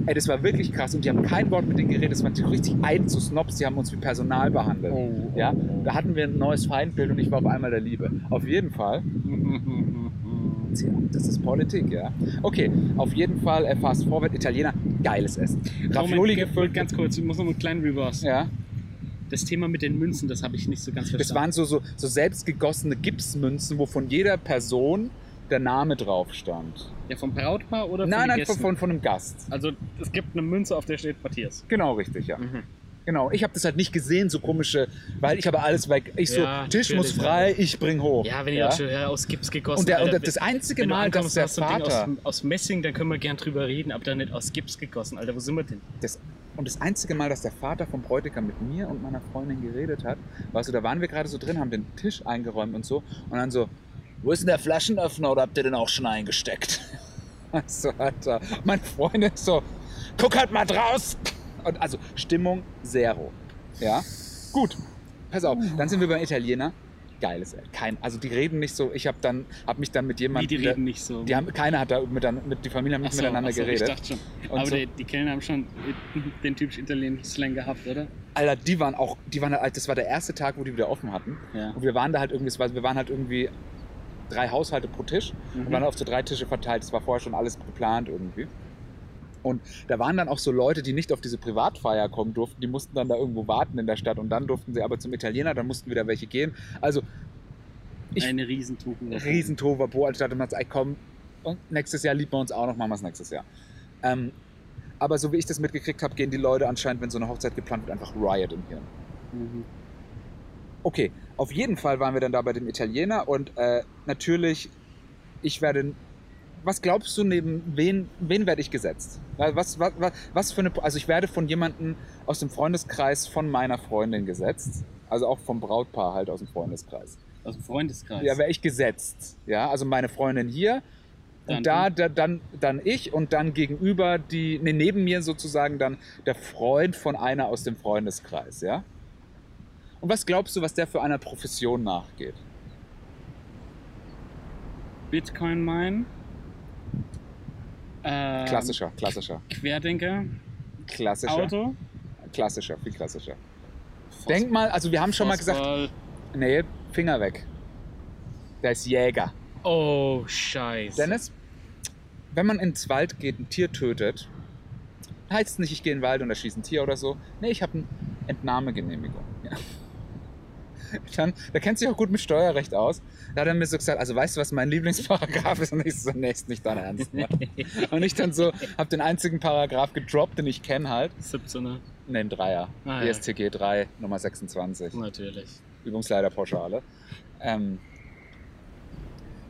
Ey, das war wirklich krass und die haben kein Wort mit denen geredet, das waren die richtig ein zu Snobs, die haben uns wie Personal behandelt.
Oh.
Ja, da hatten wir ein neues Feindbild und ich war auf einmal der Liebe. Auf jeden Fall. Tja, das ist Politik, ja. Okay, auf jeden Fall äh, Fast Forward, Italiener, geiles Essen. Ravioli
Moment,
gefüllt,
Ganz kurz, ich muss noch mal einen kleinen Reverse.
ja.
Das Thema mit den Münzen, das habe ich nicht so ganz
Das
verstanden.
waren so, so, so selbstgegossene Gipsmünzen, wo von jeder Person der Name drauf stand.
ja, vom Brautpaar oder
Nein,
von den
nein, von,
Gästen?
von, von einem Gast.
Also es gibt eine Münze, auf der steht Matthias.
Genau, richtig, ja.
Mhm.
Genau, ich habe das halt nicht gesehen, so komische, weil ich habe alles weg. Ich so,
Ja,
Tisch muss
natürlich,
frei, ich bring hoch.
Ja, wenn ihr das schon aus Gips gegossen
und, der,
Alter,
und das einzige
wenn du
Mal, dass
ankommst,
der
hast du ein Ding
Vater...
Aus, aus Messing, dann können wir gern drüber reden, aber dann nicht aus Gips gegossen. Alter, wo sind wir denn?
Das, und das einzige Mal, dass der Vater vom Bräutigam mit mir und meiner Freundin geredet hat, war so, da waren wir gerade so drin, haben den Tisch eingeräumt und so. Und dann so, wo ist denn der Flaschenöffner oder habt ihr den auch schon eingesteckt? Also, so hat er. Mein Freund ist so, guck halt mal draus. Und also Stimmung zero. Ja, gut. Pass auf, dann sind wir beim Italiener. Geiles, Essen. kein, also die reden nicht so. Ich habe dann, habe mich dann mit
Nee,
jemandem,
die reden nicht so.
die haben, keiner hat da mit, mit die Familie haben nicht
Ach so,
miteinander
ach so,
geredet.
Ich dachte schon.
Und
aber
so-
die, die Kellner haben schon den typisch italienischen Slang gehabt, oder?
Alter, die waren auch, die waren halt, das war der erste Tag, wo die wieder offen hatten.
Ja.
Und wir waren da halt irgendwie, es war- wir waren halt irgendwie drei Haushalte pro Tisch
Mhm.
und waren auf so drei Tische verteilt. Das war vorher schon alles geplant irgendwie. Und da waren dann auch so Leute, die nicht auf diese Privatfeier kommen durften. Die mussten dann da irgendwo warten in der Stadt und dann durften sie aber zum Italiener, dann mussten wieder welche gehen. Also ich-
Eine Riesentuchen.
Riesentobabo, anstatt man sagt, komm, und nächstes Jahr liebt man uns auch noch, machen wir es nächstes Jahr. Ähm, aber so wie ich das mitgekriegt habe, gehen die Leute anscheinend, wenn so eine Hochzeit geplant wird, einfach Riot im Hirn.
Mhm.
Okay, auf jeden Fall waren wir dann da bei dem Italiener und äh, natürlich, ich werde. Was glaubst du, neben wen, wen werde ich gesetzt? Was, was, was, was für eine. Also, ich werde von jemandem aus dem Freundeskreis von meiner Freundin gesetzt. Also auch vom Brautpaar halt aus dem Freundeskreis.
Aus dem Freundeskreis.
Ja, wäre ich gesetzt. Ja, also meine Freundin hier. Und da,
Dann
da dann, dann ich und dann gegenüber die, nee, neben mir sozusagen dann der Freund von einer aus dem Freundeskreis, ja? Und was glaubst du, was der für einer Profession nachgeht?
Bitcoin Mine. Ähm,
Klassischer, klassischer,
Querdenker.
klassischer,
Auto.
klassischer, viel klassischer. Denk mal, also wir haben schon mal gesagt,
Fußball.
nee, Finger weg. Der ist Jäger.
Oh, Scheiße.
Dennis, wenn man ins Wald geht, ein Tier tötet, heißt es nicht, ich gehe in den Wald und erschieße ein Tier oder so. Nee, ich habe eine Entnahmegenehmigung. Ja. Dann, da kennt sich auch gut mit Steuerrecht aus. Da hat er mir so gesagt, also weißt du, was mein Lieblingsparagraf ist? Und ich so, nee, ist nicht dein Ernst. Ne? Und ich dann so, habe den einzigen Paragraph gedroppt, den ich kenne halt.
17er.
Ne, ein Dreier.
Ah, ja.
ESTG 3, Nummer 26.
Natürlich.
Übungsleiterpauschale. Ähm,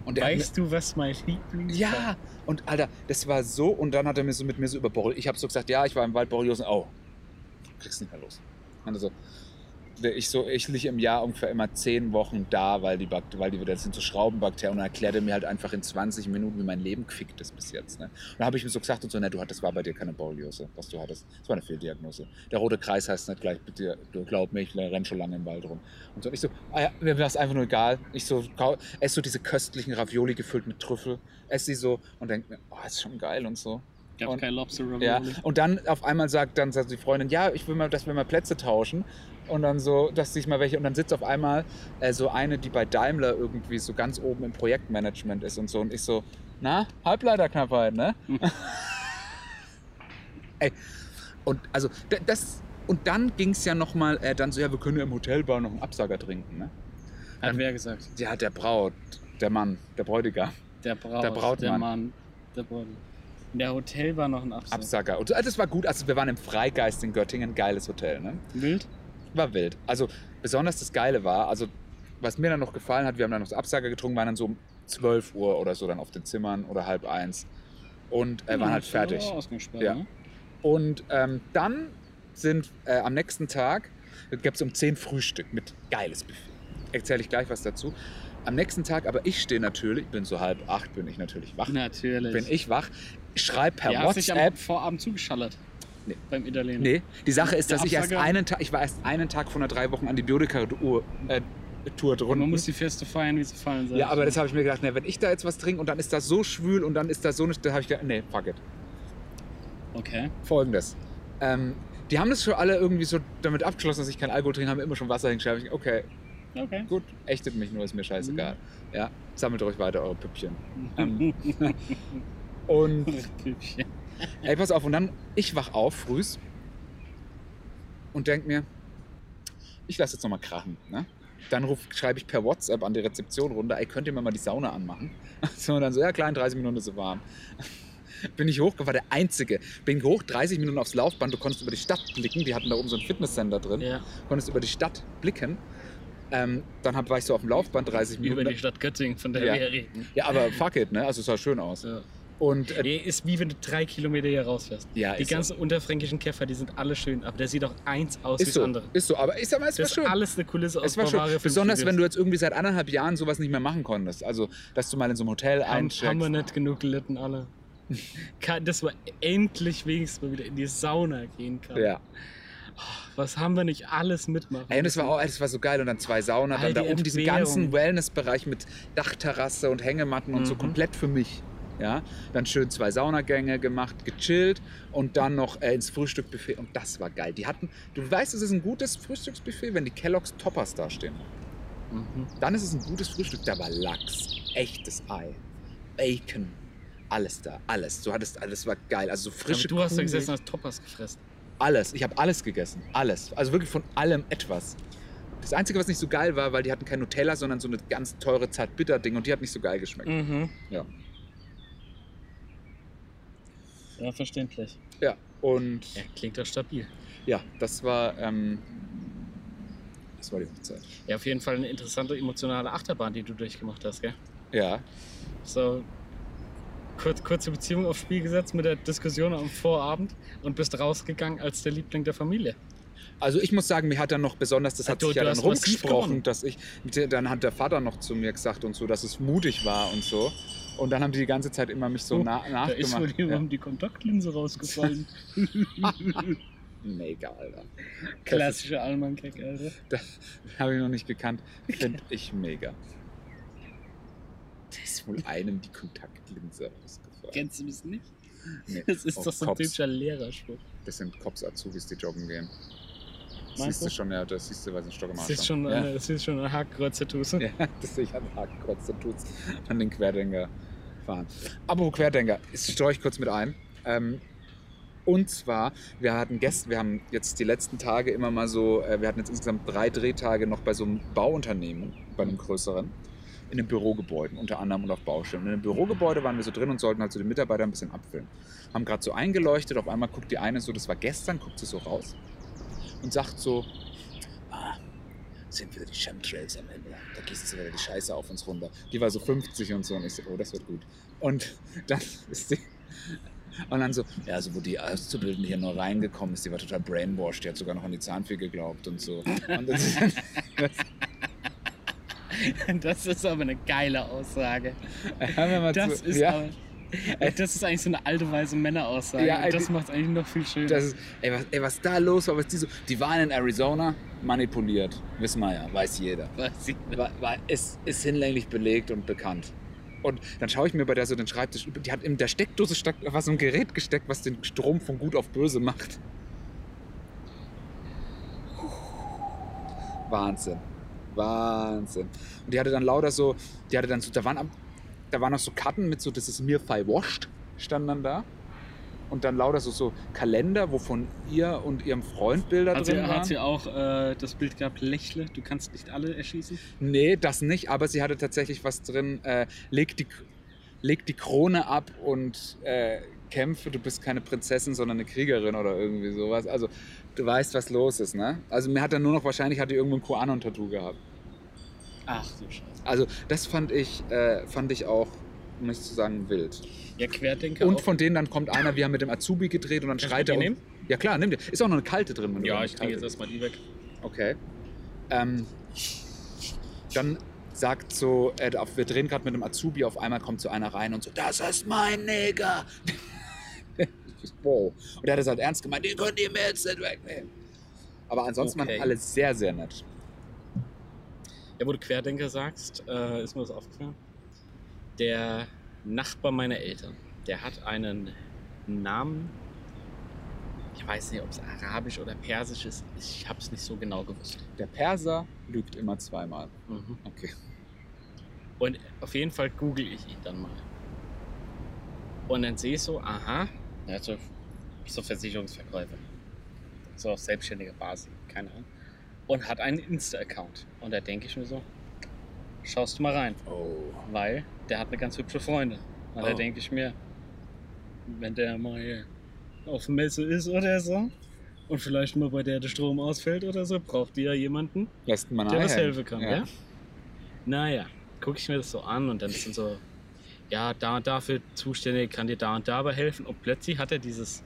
und der hat mir-
Weißt du, was mein Lieblings
ja, und Alter, das war so, und dann hat er mir so mit mir so über Borrel. Ich habe so gesagt, ja, ich war im Wald Borreliosen. Oh, kriegst nicht mehr los. Und er so, der- ich so, ich liege im Jahr ungefähr immer zehn Wochen da, weil die, Bakt- weil die wieder das sind so Schraubenbakterien. Und er erklärte mir halt einfach in 20 Minuten, wie mein Leben quickt ist bis jetzt. Ne? Und da habe ich mir so gesagt und so, ne, du hattest, war bei dir keine Borreliose, was du hattest. Das war eine Fehldiagnose. Der rote Kreis heißt nicht gleich, bitte, du glaub mir, ich renn schon lange im Wald rum. Und so, und ich so, ah ja, mir war es einfach nur egal. Ich so, kau- ess so diese köstlichen Ravioli gefüllt mit Trüffel, ess sie so und denk mir, oh, ist schon geil und so.
Gab
Und-
kein Lobster Ravioli.
Ja, und dann auf einmal sagt dann sagt die Freundin, ja, ich will mal, dass wir mal Plätze tauschen. Und dann so, dass sich mal welche, und dann sitzt auf einmal äh, so eine, die bei Daimler irgendwie so ganz oben im Projektmanagement ist und so. Und ich so, na, Halbleiterknappheit, ne? Ey, und also d- das, Und dann ging es ja nochmal, äh, dann so, ja, wir können ja im Hotelbar noch einen Absager trinken. Ne?
Hat wer gesagt?
Ja, der Braut, der Mann, der Bräutigam,
Der Braut,
Der Brautmann.
der Mann, der Braut. In der Hotel war noch ein Absatz.
Absager. Und äh, das war gut, also wir waren im Freigeist in Göttingen, geiles Hotel. Ne?
Wild?
War wild. Also besonders das Geile war, also was mir dann noch gefallen hat, wir haben dann noch das Absager getrunken, waren dann so um 12 Uhr oder so dann auf den Zimmern oder halb eins. Und äh, waren halt
Oh, Ja,
fertig.
war Ausgangssperre,
Ja.
ne?
Und ähm, dann sind äh, am nächsten Tag, gab es um 10 Frühstück mit geiles Buffet. Erzähle ich gleich was dazu. Am nächsten Tag, aber ich stehe natürlich, ich bin so halb acht, bin ich natürlich wach.
Natürlich.
Bin ich wach, schreibe per
der hat sich am
WhatsApp.
Vorabend zugeschallert.
Nee.
Beim Italiener.
Nee, die Sache ist,
Der
dass ich erst
Absager-
einen Tag, ich war erst einen Tag von der drei Wochen Antibiotika-Tour äh, Tour
Und
drunter.
man muss die Feste feiern, wie sie fallen soll.
Ja, aber das habe ich mir gedacht, nee, wenn ich da jetzt was trinke und dann ist das so schwül und dann ist das so nicht, da habe ich gedacht, nee, fuck it.
Okay.
Folgendes. Ähm, die haben das für alle irgendwie so damit abgeschlossen, dass ich kein Alkohol trinke, haben immer schon Wasser hingeschrieben. Ich, okay,
Okay.
gut, ächtet mich nur, ist mir scheißegal.
Mhm.
Ja, sammelt euch weiter eure Püppchen. Ähm, und
Püppchen.
ey, pass auf, und dann, ich wach auf frühs und denk mir, ich lasse jetzt nochmal krachen. Ne? Dann ruf, schreibe ich per WhatsApp an die Rezeption runter, ey, könnt ihr mir mal die Sauna anmachen? So, dann so, ja klar, in 30 Minuten ist sie warm. Bin ich hochgefahren, der Einzige. Bin hoch, 30 Minuten aufs Laufband, du konntest über die Stadt blicken, die hatten da oben so ein Fitnesscenter drin,
Ja.
konntest über die Stadt blicken. Ähm, dann hab, war ich so auf dem Laufband 30
Über
Minuten.
die Stadt Göttingen, von der
Ja.
wir reden.
Ja, aber fuck it, ne? Also es sah schön aus.
So.
Und äh,
Nee, ist wie wenn du drei Kilometer hier rausfährst.
ja,
Die
ist
ganzen unterfränkischen Käfer, die sind alle schön, aber der sieht auch eins aus
so.
wie
ist so,
das andere.
ist so. Aber ich sag mal, es war
Das ist
schön.
alles eine Kulisse aus
Es war schön.
Bavaria
Besonders wenn du jetzt irgendwie seit anderthalb Jahren sowas nicht mehr machen konntest. Also, dass du mal in so einem Hotel
haben, haben wir
eincheckst.
nicht genug gelitten, alle. Kann- Dass wir endlich wenigstens mal wieder in die Sauna gehen kann.
Ja.
Was haben wir nicht alles mitmachen?
Ey, und das war auch, ey, das war so geil. Und dann zwei Sauna,
All
dann da
die
oben diesen
Entbehrungen.
ganzen Wellnessbereich mit Dachterrasse und Hängematten und so
Mhm.
komplett für mich. Ja, dann schön zwei Saunagänge gemacht, gechillt und dann noch äh, ins Frühstückbuffet und das war geil. Die hatten, du weißt, es ist ein gutes Frühstücksbuffet, wenn die Kellogg's Toppers da stehen.
Mhm.
Dann ist es ein gutes Frühstück. Da war Lachs, echtes Ei, Bacon, alles da, alles. Du hattest alles, war geil. Also so
Aber
frische
du hast da
Kuhmilch,
gesessen und hast Toppers gefressen.
Alles. Ich habe alles gegessen, alles. Also wirklich von allem etwas. Das Einzige, was nicht so geil war, weil die hatten kein Nutella, sondern so eine ganz teure Zartbitter-Ding und die hat nicht so geil geschmeckt.
Mhm.
Ja.
Ja, verständlich.
Ja, und
Ja, klingt doch stabil.
ja, das war, ähm, das war die Hochzeit.
Ja, auf jeden Fall eine interessante emotionale Achterbahn, die du durchgemacht hast, gell?
Ja,
So kurz, kurze Beziehung aufs Spiel gesetzt mit der Diskussion am Vorabend und bist rausgegangen als der Liebling der Familie.
Also ich muss sagen, mir hat dann noch besonders, das hat
Du-
sich ja
du
dann
hast massiv
rumgesprochen,
gewonnen.
dass ich, dann hat der Vater noch zu mir gesagt und so, dass es mutig war und so. Und dann haben die die ganze Zeit immer mich so
Oh,
na
Da ist wohl
nachgemacht. Ja.
jemandem die Kontaktlinse rausgefallen.
Mega, Alter.
Klassischer Almankeck, Alter.
Habe ich noch nicht gekannt. Finde ich mega. Da ist wohl einem die Kontaktlinse rausgefallen.
Kennst du das nicht?
Nee,
Das ist
auf
doch so ein
Oh, Cops.
typischer Lehrerspruch.
Das sind Cops-Azubis, die joggen gehen. Das siehst
Meinst
du
du?
schon, ja, das siehst du, weil sie einen Stock im
Das
Arsch
ist
haben.
schon, äh,
ja.
eine, das ist schon ein Hakenkreuz-Tattoos.
Ja, das sehe ich an Hakenkreuz, dann tut's an den Querdenker fahren. Apropos Querdenker, das streue ich kurz mit ein. Ähm, und zwar, wir hatten gestern, wir haben jetzt die letzten Tage immer mal so, äh, wir hatten jetzt insgesamt drei Drehtage noch bei so einem Bauunternehmen, bei einem größeren, in den Bürogebäuden, unter anderem und auf Baustellen. Und in dem Bürogebäude waren wir so drin und sollten halt so die Mitarbeiter ein bisschen abfüllen. Haben gerade so eingeleuchtet, auf einmal guckt die eine so, das war gestern, guckt sie so raus und sagt so, ah, sind wieder die Chemtrails am Ende. Da gießt sie wieder die Scheiße auf uns runter. Die war so 50 und so und ich so, oh, das wird gut. Und dann ist die. Und dann so, ja, also wo die Auszubildende hier nur reingekommen ist, die war total brainwashed, die hat sogar noch an die Zahnfee geglaubt und so. Und das,
Das ist aber eine geile Aussage.
Hören wir mal
Das
zu.
ist
ja,
aber, Ey, das ist eigentlich so eine alte weise Männeraussage.
Ja,
Und das
die-
macht es eigentlich noch viel schöner.
das ist, ey, was, ey, was da los war, was die so, die waren in Arizona manipuliert, wissen wir ja, weiß jeder.
Weiß ich nicht.
war, war, ist, ist hinlänglich belegt und bekannt. Und dann schaue ich mir bei der so den Schreibtisch. Die hat in der Steckdose steck, was so ein Gerät gesteckt, was den Strom von gut auf böse macht. Wahnsinn. Wahnsinn. Und die hatte dann lauter so, die hatte dann so, da waren, am- da waren noch so Karten mit so, das ist mir fei washed, standen dann da. und dann lauter so, so Kalender, wovon ihr und ihrem Freund Bilder
Hat sie,
drin waren.
hat sie auch äh, das Bild gehabt, Lächle, du kannst nicht alle erschießen?
Nee, das nicht, aber sie hatte tatsächlich was drin, äh, leg, die, leg die Krone ab und äh, kämpfe, du bist keine Prinzessin, sondern eine Kriegerin oder irgendwie sowas. Also du weißt, was los ist, ne? Also mir hat dann nur noch, wahrscheinlich hat die irgendwo ein Koanon-Tattoo gehabt.
Ach so Scheiße.
Also das fand ich, äh, fand ich auch, um nicht zu sagen, wild.
Ja, Querdenker
und
auch.
von denen dann kommt einer, wir haben mit dem Azubi gedreht und dann
Kannst du
schreit
die
er.
nehmen?
Und, ja klar, nimm dir. Ist auch noch eine kalte drin. wenn du
Ja,
eine
ich kriege jetzt
kalte-
erstmal die weg.
Okay. Ähm, dann sagt so, äh, auf- wir drehen gerade mit einem Azubi, auf einmal kommt so einer rein und so, das ist mein Neger. wow. Und er hat das halt ernst gemeint, ihr könnt die mir jetzt nicht wegnehmen. Aber ansonsten
Okay.
waren alle sehr, sehr nett.
Ja, wo du Querdenker sagst, äh, ist mir das aufgefallen. Der Nachbar meiner Eltern, der hat einen Namen. Ich weiß nicht, ob es arabisch oder persisch ist. Ich habe es nicht so genau gewusst.
Der Perser lügt immer zweimal. Okay.
Und auf jeden Fall google ich ihn dann mal. Und dann sehe ich so, aha, er hat so, so Versicherungsverkäufer. So auf selbstständiger Basis, keine Ahnung. Und hat einen Insta-Account. Und da denke ich mir so, schaust du mal rein.
Oh.
weil der hat eine ganz hübsche Freundin. Und da
Oh.
denke ich mir, wenn der mal auf Messe ist oder so und vielleicht mal bei der der Strom ausfällt oder so, braucht die ja jemanden,
Lässt man
der was
einhängen.
helfen kann. Ja. Naja, gucke ich mir das so an und dann sind so, ja, da und dafür zuständig, kann dir da und dabei helfen. Und plötzlich hat er dieses,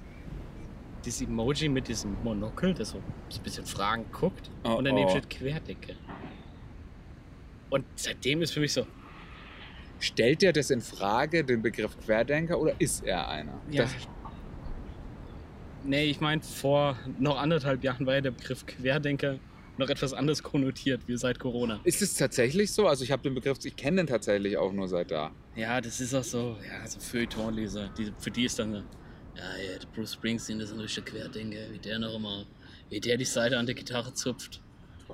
dieses Emoji mit diesem Monokel, das so ein bisschen Fragen guckt
Oh,
und daneben
oh.
steht Querdecke. Und seitdem ist für mich so,
Stellt er das in Frage, den Begriff Querdenker, oder ist er einer?
Ja.
Das,
Nee, ich meine, vor noch anderthalb Jahren war ja der Begriff Querdenker noch etwas anders konnotiert, wie seit Corona.
ist es tatsächlich so? Also ich habe den Begriff, ich kenne den tatsächlich auch nur seit da.
Ja, das ist auch so, ja, so Feuilletonleser, die, für die ist dann, so, ja, ja, der Bruce Springsteen ist ein richtiger Querdenker, wie der noch immer, wie der die Seite an der Gitarre zupft.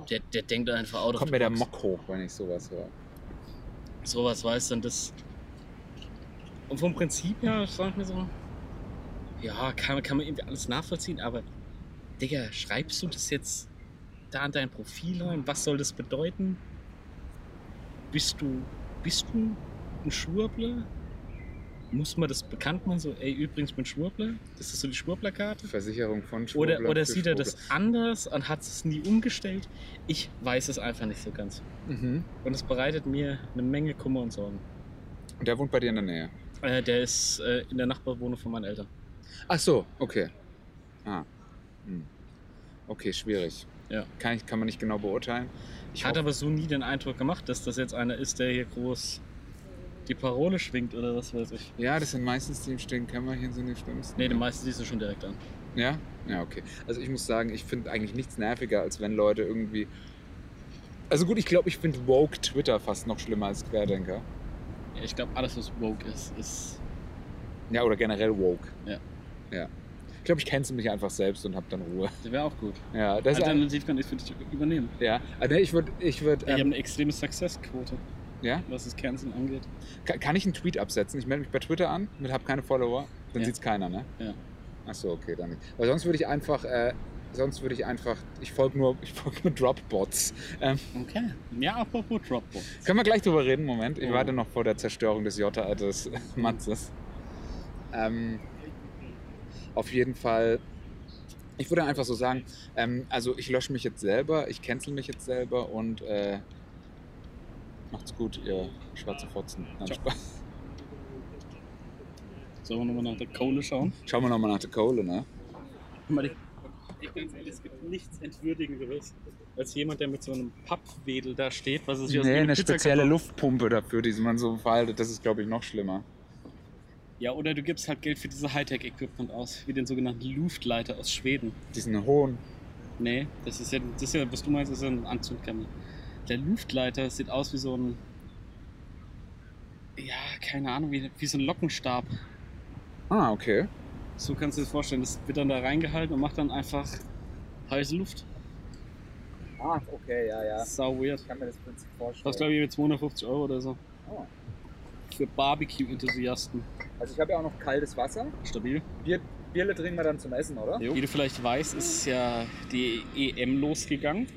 Der, der denkt einfach out of
Kommt
the
mir der
box.
Mock hoch, wenn ich sowas höre.
sowas weiß, dann das. Und vom Prinzip her sag ich mir so, ja, kann, kann man irgendwie alles nachvollziehen, aber Digga, schreibst du das jetzt da an dein Profil rein? Was soll das bedeuten? Bist du, bist du ein Schwurbler? Muss man das bekannt machen, so, ey, übrigens bin Schwurbler? Das ist so die Schwurblerkarte?
Versicherung von
Oder,
Schwurbler
oder
für
sieht er das
Schwurbler.
anders und hat es nie umgestellt? Ich weiß es einfach nicht so ganz.
Mhm.
Und es bereitet mir eine Menge Kummer und Sorgen.
Und der wohnt bei dir in der Nähe.
Äh, der ist äh, in der Nachbarwohnung von meinen Eltern.
Ach so, okay. Ah. Hm. Okay, schwierig.
Ja.
Kann, ich, kann man nicht genau beurteilen.
Ich hatte aber so nie den Eindruck gemacht, dass das jetzt einer ist, der hier groß die Parole schwingt oder was weiß ich.
Ja, das sind meistens die im stillen Kämmerchen sind die schlimmsten.
Nee, den meisten siehst du schon direkt an.
Ja? Ja, okay. Also ich muss sagen, ich finde eigentlich nichts nerviger, als wenn Leute irgendwie. Also gut, ich glaube, ich finde woke Twitter fast noch schlimmer als Querdenker.
Ja, Ich glaube, alles, was woke ist, ist.
Ja, oder generell woke.
Ja.
Ja. Ich glaube, ich cancel mich einfach selbst und habe dann Ruhe.
Das wäre auch gut.
Ja, das ist ein,
Alternativ kann ich für dich übernehmen.
ja. Also ich würde, ich würde,
Ich habe
ähm,
eine extreme Success-Quote,
ja,
was das Canceln angeht.
Ka- kann ich einen Tweet absetzen? Ich melde mich bei Twitter an mit hab keine Follower, dann
Ja.
sieht's keiner, ne?
Ja.
Ach so, okay, dann nicht. Weil sonst würde ich einfach, äh, sonst würde ich einfach, ich folge nur, ich folge nur Dropbots.
Okay. Ja, apropos Dropbox.
Können wir gleich drüber reden, Moment. Ich
Oh.
warte noch vor der Zerstörung des Jota des Matzes. Ähm, auf jeden Fall, ich würde einfach so sagen, ähm, also ich lösche mich jetzt selber, ich cancel mich jetzt selber und äh, macht's gut, ihr schwarze Fotzen. Nein,
Ciao.
Spaß.
Sollen wir nochmal nach der Kohle schauen?
Schauen wir nochmal nach der Kohle, ne?
Ich ganz ehrlich, es gibt nichts Entwürdigenderes als jemand, der mit so einem Pappwedel da steht, was es hier
Nee,
einem
eine
Pizzakarton-
spezielle Luftpumpe dafür, die man so verhaltet, das ist glaube ich noch schlimmer.
Ja, oder du gibst halt Geld für diese Hightech-Equipment aus, wie den sogenannten Luftleiter aus Schweden.
Diesen hohen.
Nee, das ist ja, das ist ja was du meinst, ist ja ein Anzündkammer. Der Luftleiter sieht aus wie so ein. Ja, keine Ahnung, wie, wie so ein Lockenstab.
Ah, okay.
So kannst du dir das vorstellen. Das wird dann da reingehalten und macht dann einfach heiße Luft.
Ah, okay, ja, ja.
Sau weird.
kann mir das Prinzip vorstellen.
Das glaube ich mit 250 Euro oder so.
Oh.
Für Barbecue-Enthusiasten.
Also ich habe ja auch noch kaltes Wasser.
Stabil.
Bier, Bierle trinken wir dann zum Essen, oder?
Wie du vielleicht weißt, ist ja die EM losgegangen.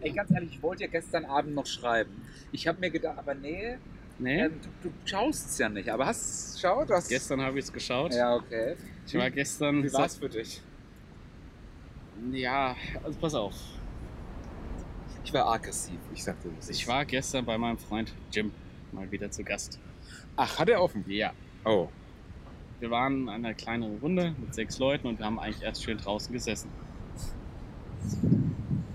Ey, ganz ehrlich, ich wollte ja gestern Abend noch schreiben. Ich habe mir gedacht, aber nee,
Nee?
ähm, du, du schaust es ja nicht. Aber hast schau, du hast
Gestern habe ich es geschaut.
Ja, okay.
Ich war gestern.
Wie war es für dich?
Ja, also pass auf.
Ich war aggressiv, ich sagte das.
Ich war gestern bei meinem Freund Jim mal wieder zu Gast.
Ach, hat er offen?
Ja.
Oh.
Wir waren in einer kleineren Runde mit sechs Leuten und wir haben eigentlich erst schön draußen gesessen.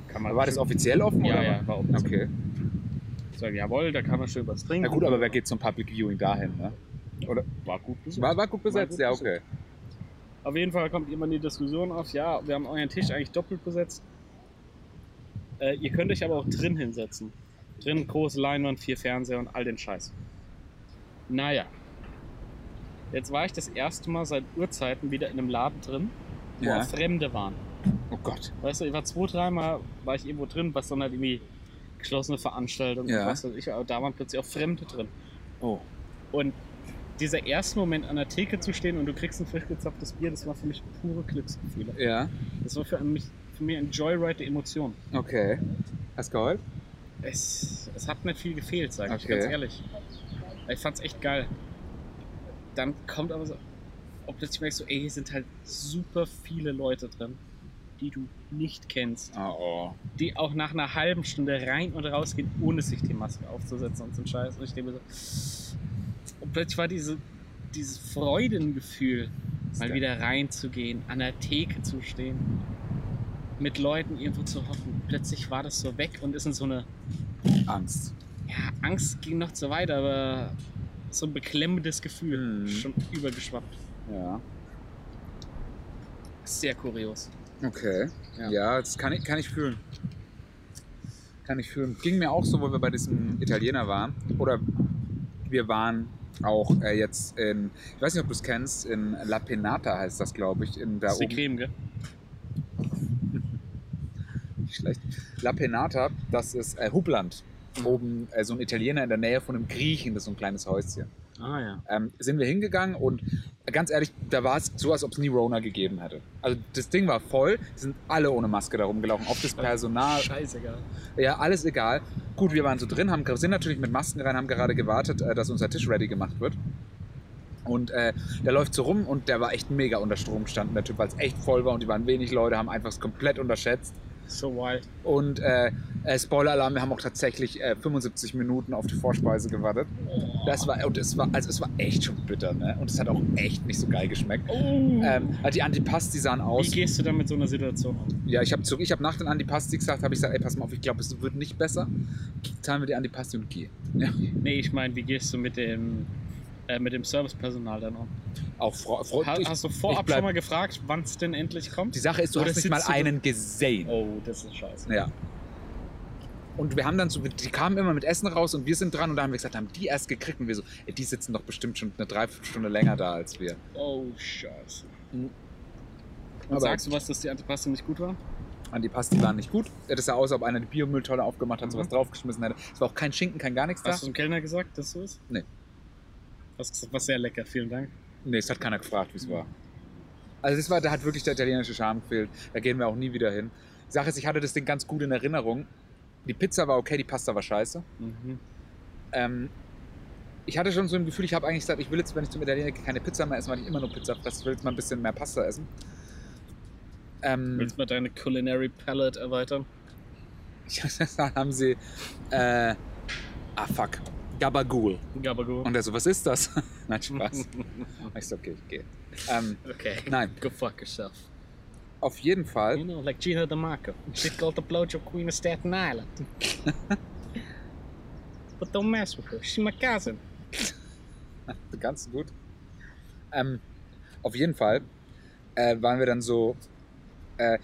Kann man
War das offiziell offen?
Ja,
oder?
ja, war offen.
Okay.
Sagen, jawohl, da kann man schön was trinken.
Na gut, aber wer geht zum Public Viewing dahin, ne?
War gut besucht.
War, war gut besetzt,
War
ja,
gut
okay.
Auf jeden Fall kommt immer die Diskussion auf, ja, wir haben euren Tisch eigentlich doppelt besetzt. Äh, ihr könnt euch aber auch drin hinsetzen. Drin große Leinwand, vier Fernseher und all den Scheiß. Naja. Jetzt war ich das erste Mal seit Urzeiten wieder in einem Laden drin, wo
Ja.
auch Fremde waren.
Oh Gott.
Weißt du, ich war zwei, dreimal war ich irgendwo drin, was dann halt irgendwie geschlossene Veranstaltung,
Ja.
was weiß ich, aber da waren plötzlich auch Fremde drin.
Oh.
Und dieser erste Moment an der Theke zu stehen und du kriegst ein frisch gezapftes Bier, das war für mich pure Glücksgefühle.
Ja,
Das war für mich, für mich ein Joyride der Emotionen.
okay. Hast geholt?
Es, es hat nicht viel gefehlt, sage ich
Okay.
ganz ehrlich. Ich fand's echt geil. Dann kommt aber so, ob plötzlich merkst du, ey, hier sind halt super viele Leute drin, die du nicht kennst,
Oh, oh.
die auch nach einer halben Stunde rein und rausgehen, ohne sich die Maske aufzusetzen und so ein Scheiß. Und ich denke mir so, und plötzlich war diese, dieses Freudengefühl, mal wieder reinzugehen, an der Theke zu stehen, mit Leuten irgendwo zu hoffen. Plötzlich war das so weg und ist in so eine,
Angst.
ja, Angst ging noch zu weit, aber so ein beklemmendes Gefühl,
Mhm.
schon übergeschwappt.
Ja.
Sehr kurios.
Okay.
Ja.
Ja, das kann ich, kann ich fühlen. Kann ich fühlen. Ging mir auch so, wo wir bei diesem Italiener waren. Oder wir waren auch äh, jetzt in, ich weiß nicht, ob du es kennst, in La Penata heißt das, glaube ich, in da
das ist die
oben.
Creme, gell?
Nicht schlecht. La Penata, das ist äh, Hubland.
Mhm.
Oben äh, so ein Italiener in der Nähe von einem Griechen, das ist so ein kleines Häuschen.
Ah ja.
ähm, sind wir hingegangen und ganz ehrlich, da war es so, als ob es nie Rona gegeben hätte. Also das Ding war voll, es sind alle ohne Maske da rumgelaufen, auch das Personal,
Scheißegal.
ja, alles egal. Gut, wir waren so drin, haben, sind natürlich mit Masken rein, haben gerade gewartet, äh, dass unser Tisch ready gemacht wird. Und äh, der läuft so rum und der war echt mega unter Strom gestanden, der Typ, weil es echt voll war und die waren wenig Leute, haben einfach es komplett unterschätzt.
So wild.
Und äh, äh, Spoiler-Alarm, wir haben auch tatsächlich äh, 75 Minuten auf die Vorspeise gewartet. Das war, und es war, also es war echt schon bitter, ne? Und es hat auch echt nicht so geil geschmeckt.
Oh.
Ähm, also die Antipasti sahen
Wie
aus.
gehst du dann mit so einer Situation um?
Ja, ich habe ich hab nach den Antipasti gesagt, habe ich gesagt, ey, pass mal auf, ich glaube, es wird nicht besser. Zahlen wir die Antipasti und geh. Ja.
Nee, ich meine, wie gehst du mit dem, äh, mit dem Servicepersonal dann um?
Auch Frau, Frau
Ha-
Oh, ich,
hast du vorab
ich bleib-
schon mal gefragt, wann es denn endlich kommt?
Die Sache ist, du
Oder
hast nicht
sitzt
mal
du-
einen gesehen.
Oh, das ist scheiße.
Ja. Und wir haben dann so, die kamen immer mit Essen raus und wir sind dran und da haben wir gesagt, haben die erst gekriegt und wir so, ey, die sitzen doch bestimmt schon eine Dreiviertelstunde länger da als wir.
Oh, scheiße.
Mhm.
Und
Aber-
sagst du was, dass die Antipaste nicht gut war?
Antipasti waren nicht gut. Das sah aus, als ob einer die Biomülltonne aufgemacht hat,
Mhm.
sowas draufgeschmissen hätte. Es war auch kein Schinken, kein gar nichts da.
Hast du dem Kellner gesagt, dass so ist?
Nee.
Hast gesagt, war sehr lecker, vielen Dank.
Nee, es hat keiner gefragt, wie es war. Also das war, da hat wirklich der italienische Charme gefehlt. Da gehen wir auch nie wieder hin. Die Sache ist, ich hatte das Ding ganz gut in Erinnerung. Die Pizza war okay, die Pasta war scheiße.
Mhm.
Ähm, ich hatte schon so ein Gefühl, ich habe eigentlich gesagt, ich will jetzt, wenn ich zum Italiener gehe, keine Pizza mehr essen, weil ich immer nur Pizza fresse. Ich will jetzt mal ein bisschen mehr Pasta essen. Ähm,
Willst du mal deine Culinary Palette erweitern?
dann haben sie, äh, ah fuck, Gabagool.
Gabago.
Und er so, was ist das? Nein, Spaß. ich so, okay, ich gehe. Ähm,
Okay.
nein,
Go fuck yourself.
auf jeden
You
Fall.
know, like Gina DeMarco. She called the blowjob queen of Staten Island. But don't mess with her. She's my cousin.
Ganz gut. Ähm, auf jeden Fall äh, waren wir dann so, äh,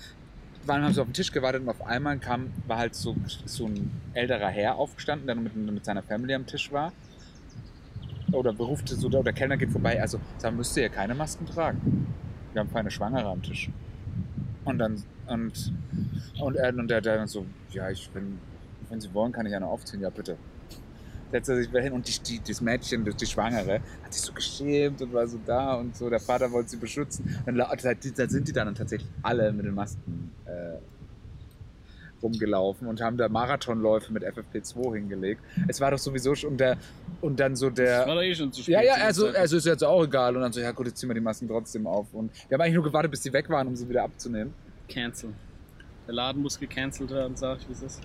waren, haben so auf den Tisch gewartet und auf einmal kam, war halt so, so ein älterer Herr aufgestanden, der mit, mit seiner Family am Tisch war. Oder beruft so, oder der Kellner geht vorbei, also da müsst ihr ja keine Masken tragen. Wir haben keine Schwangere am Tisch. Und dann, und, und, er, und der, der dann so, ja, ich bin, wenn Sie wollen, kann ich eine aufziehen, ja bitte. setzt er sich wieder hin und die, die, das Mädchen, die, die Schwangere, hat sich so geschämt und war so da und so. Der Vater wollte sie beschützen. Dann, lau- da, da sind die dann tatsächlich alle mit den Masken äh, rumgelaufen und haben da Marathonläufe mit FFP2 hingelegt. Es war doch sowieso schon und, der, und dann so der.
Das war doch eh schon zu spät.
Ja, ja,
zu der
also,
Zeit.
also ist jetzt auch egal. Und dann so, ja gut, jetzt ziehen wir die Masken trotzdem auf. Und wir haben eigentlich nur gewartet, bis die weg waren, um sie wieder abzunehmen.
Cancel. Der Laden muss gecancelt werden, sag ich, wie es ist.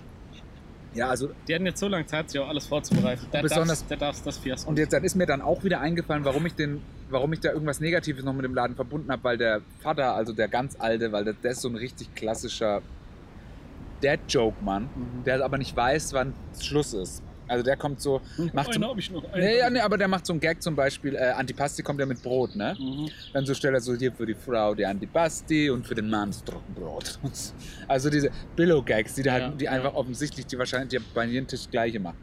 Ja, also,
Die hatten jetzt so lange Zeit, sich auch alles vorzubereiten. Da
besonders-
darf's- da darf's das Fiasko.
und jetzt dann ist mir dann auch wieder eingefallen, warum ich den, warum ich da irgendwas Negatives noch mit dem Laden verbunden habe, weil der Vater, also der ganz alte, weil der, der ist so ein richtig klassischer Dad-Joke-Mann,
Mhm.
der aber nicht weiß, wann Schluss ist. Also der kommt so, macht
Mhm. einen
zum-
hab ich noch. Einen
ja, ja,
hab ich
nee, aber der macht so einen Gag zum Beispiel, äh, Antipasti kommt ja mit Brot, ne?
noch. Mhm.
Dann so stellt er so hier für die Frau die Antipasti und für den Mann das Trockenbrot. Also diese Billo-Gags, die, da
Ja,
halt, die
ja.
einfach offensichtlich, die wahrscheinlich die bei jedem Tisch gleiche machen.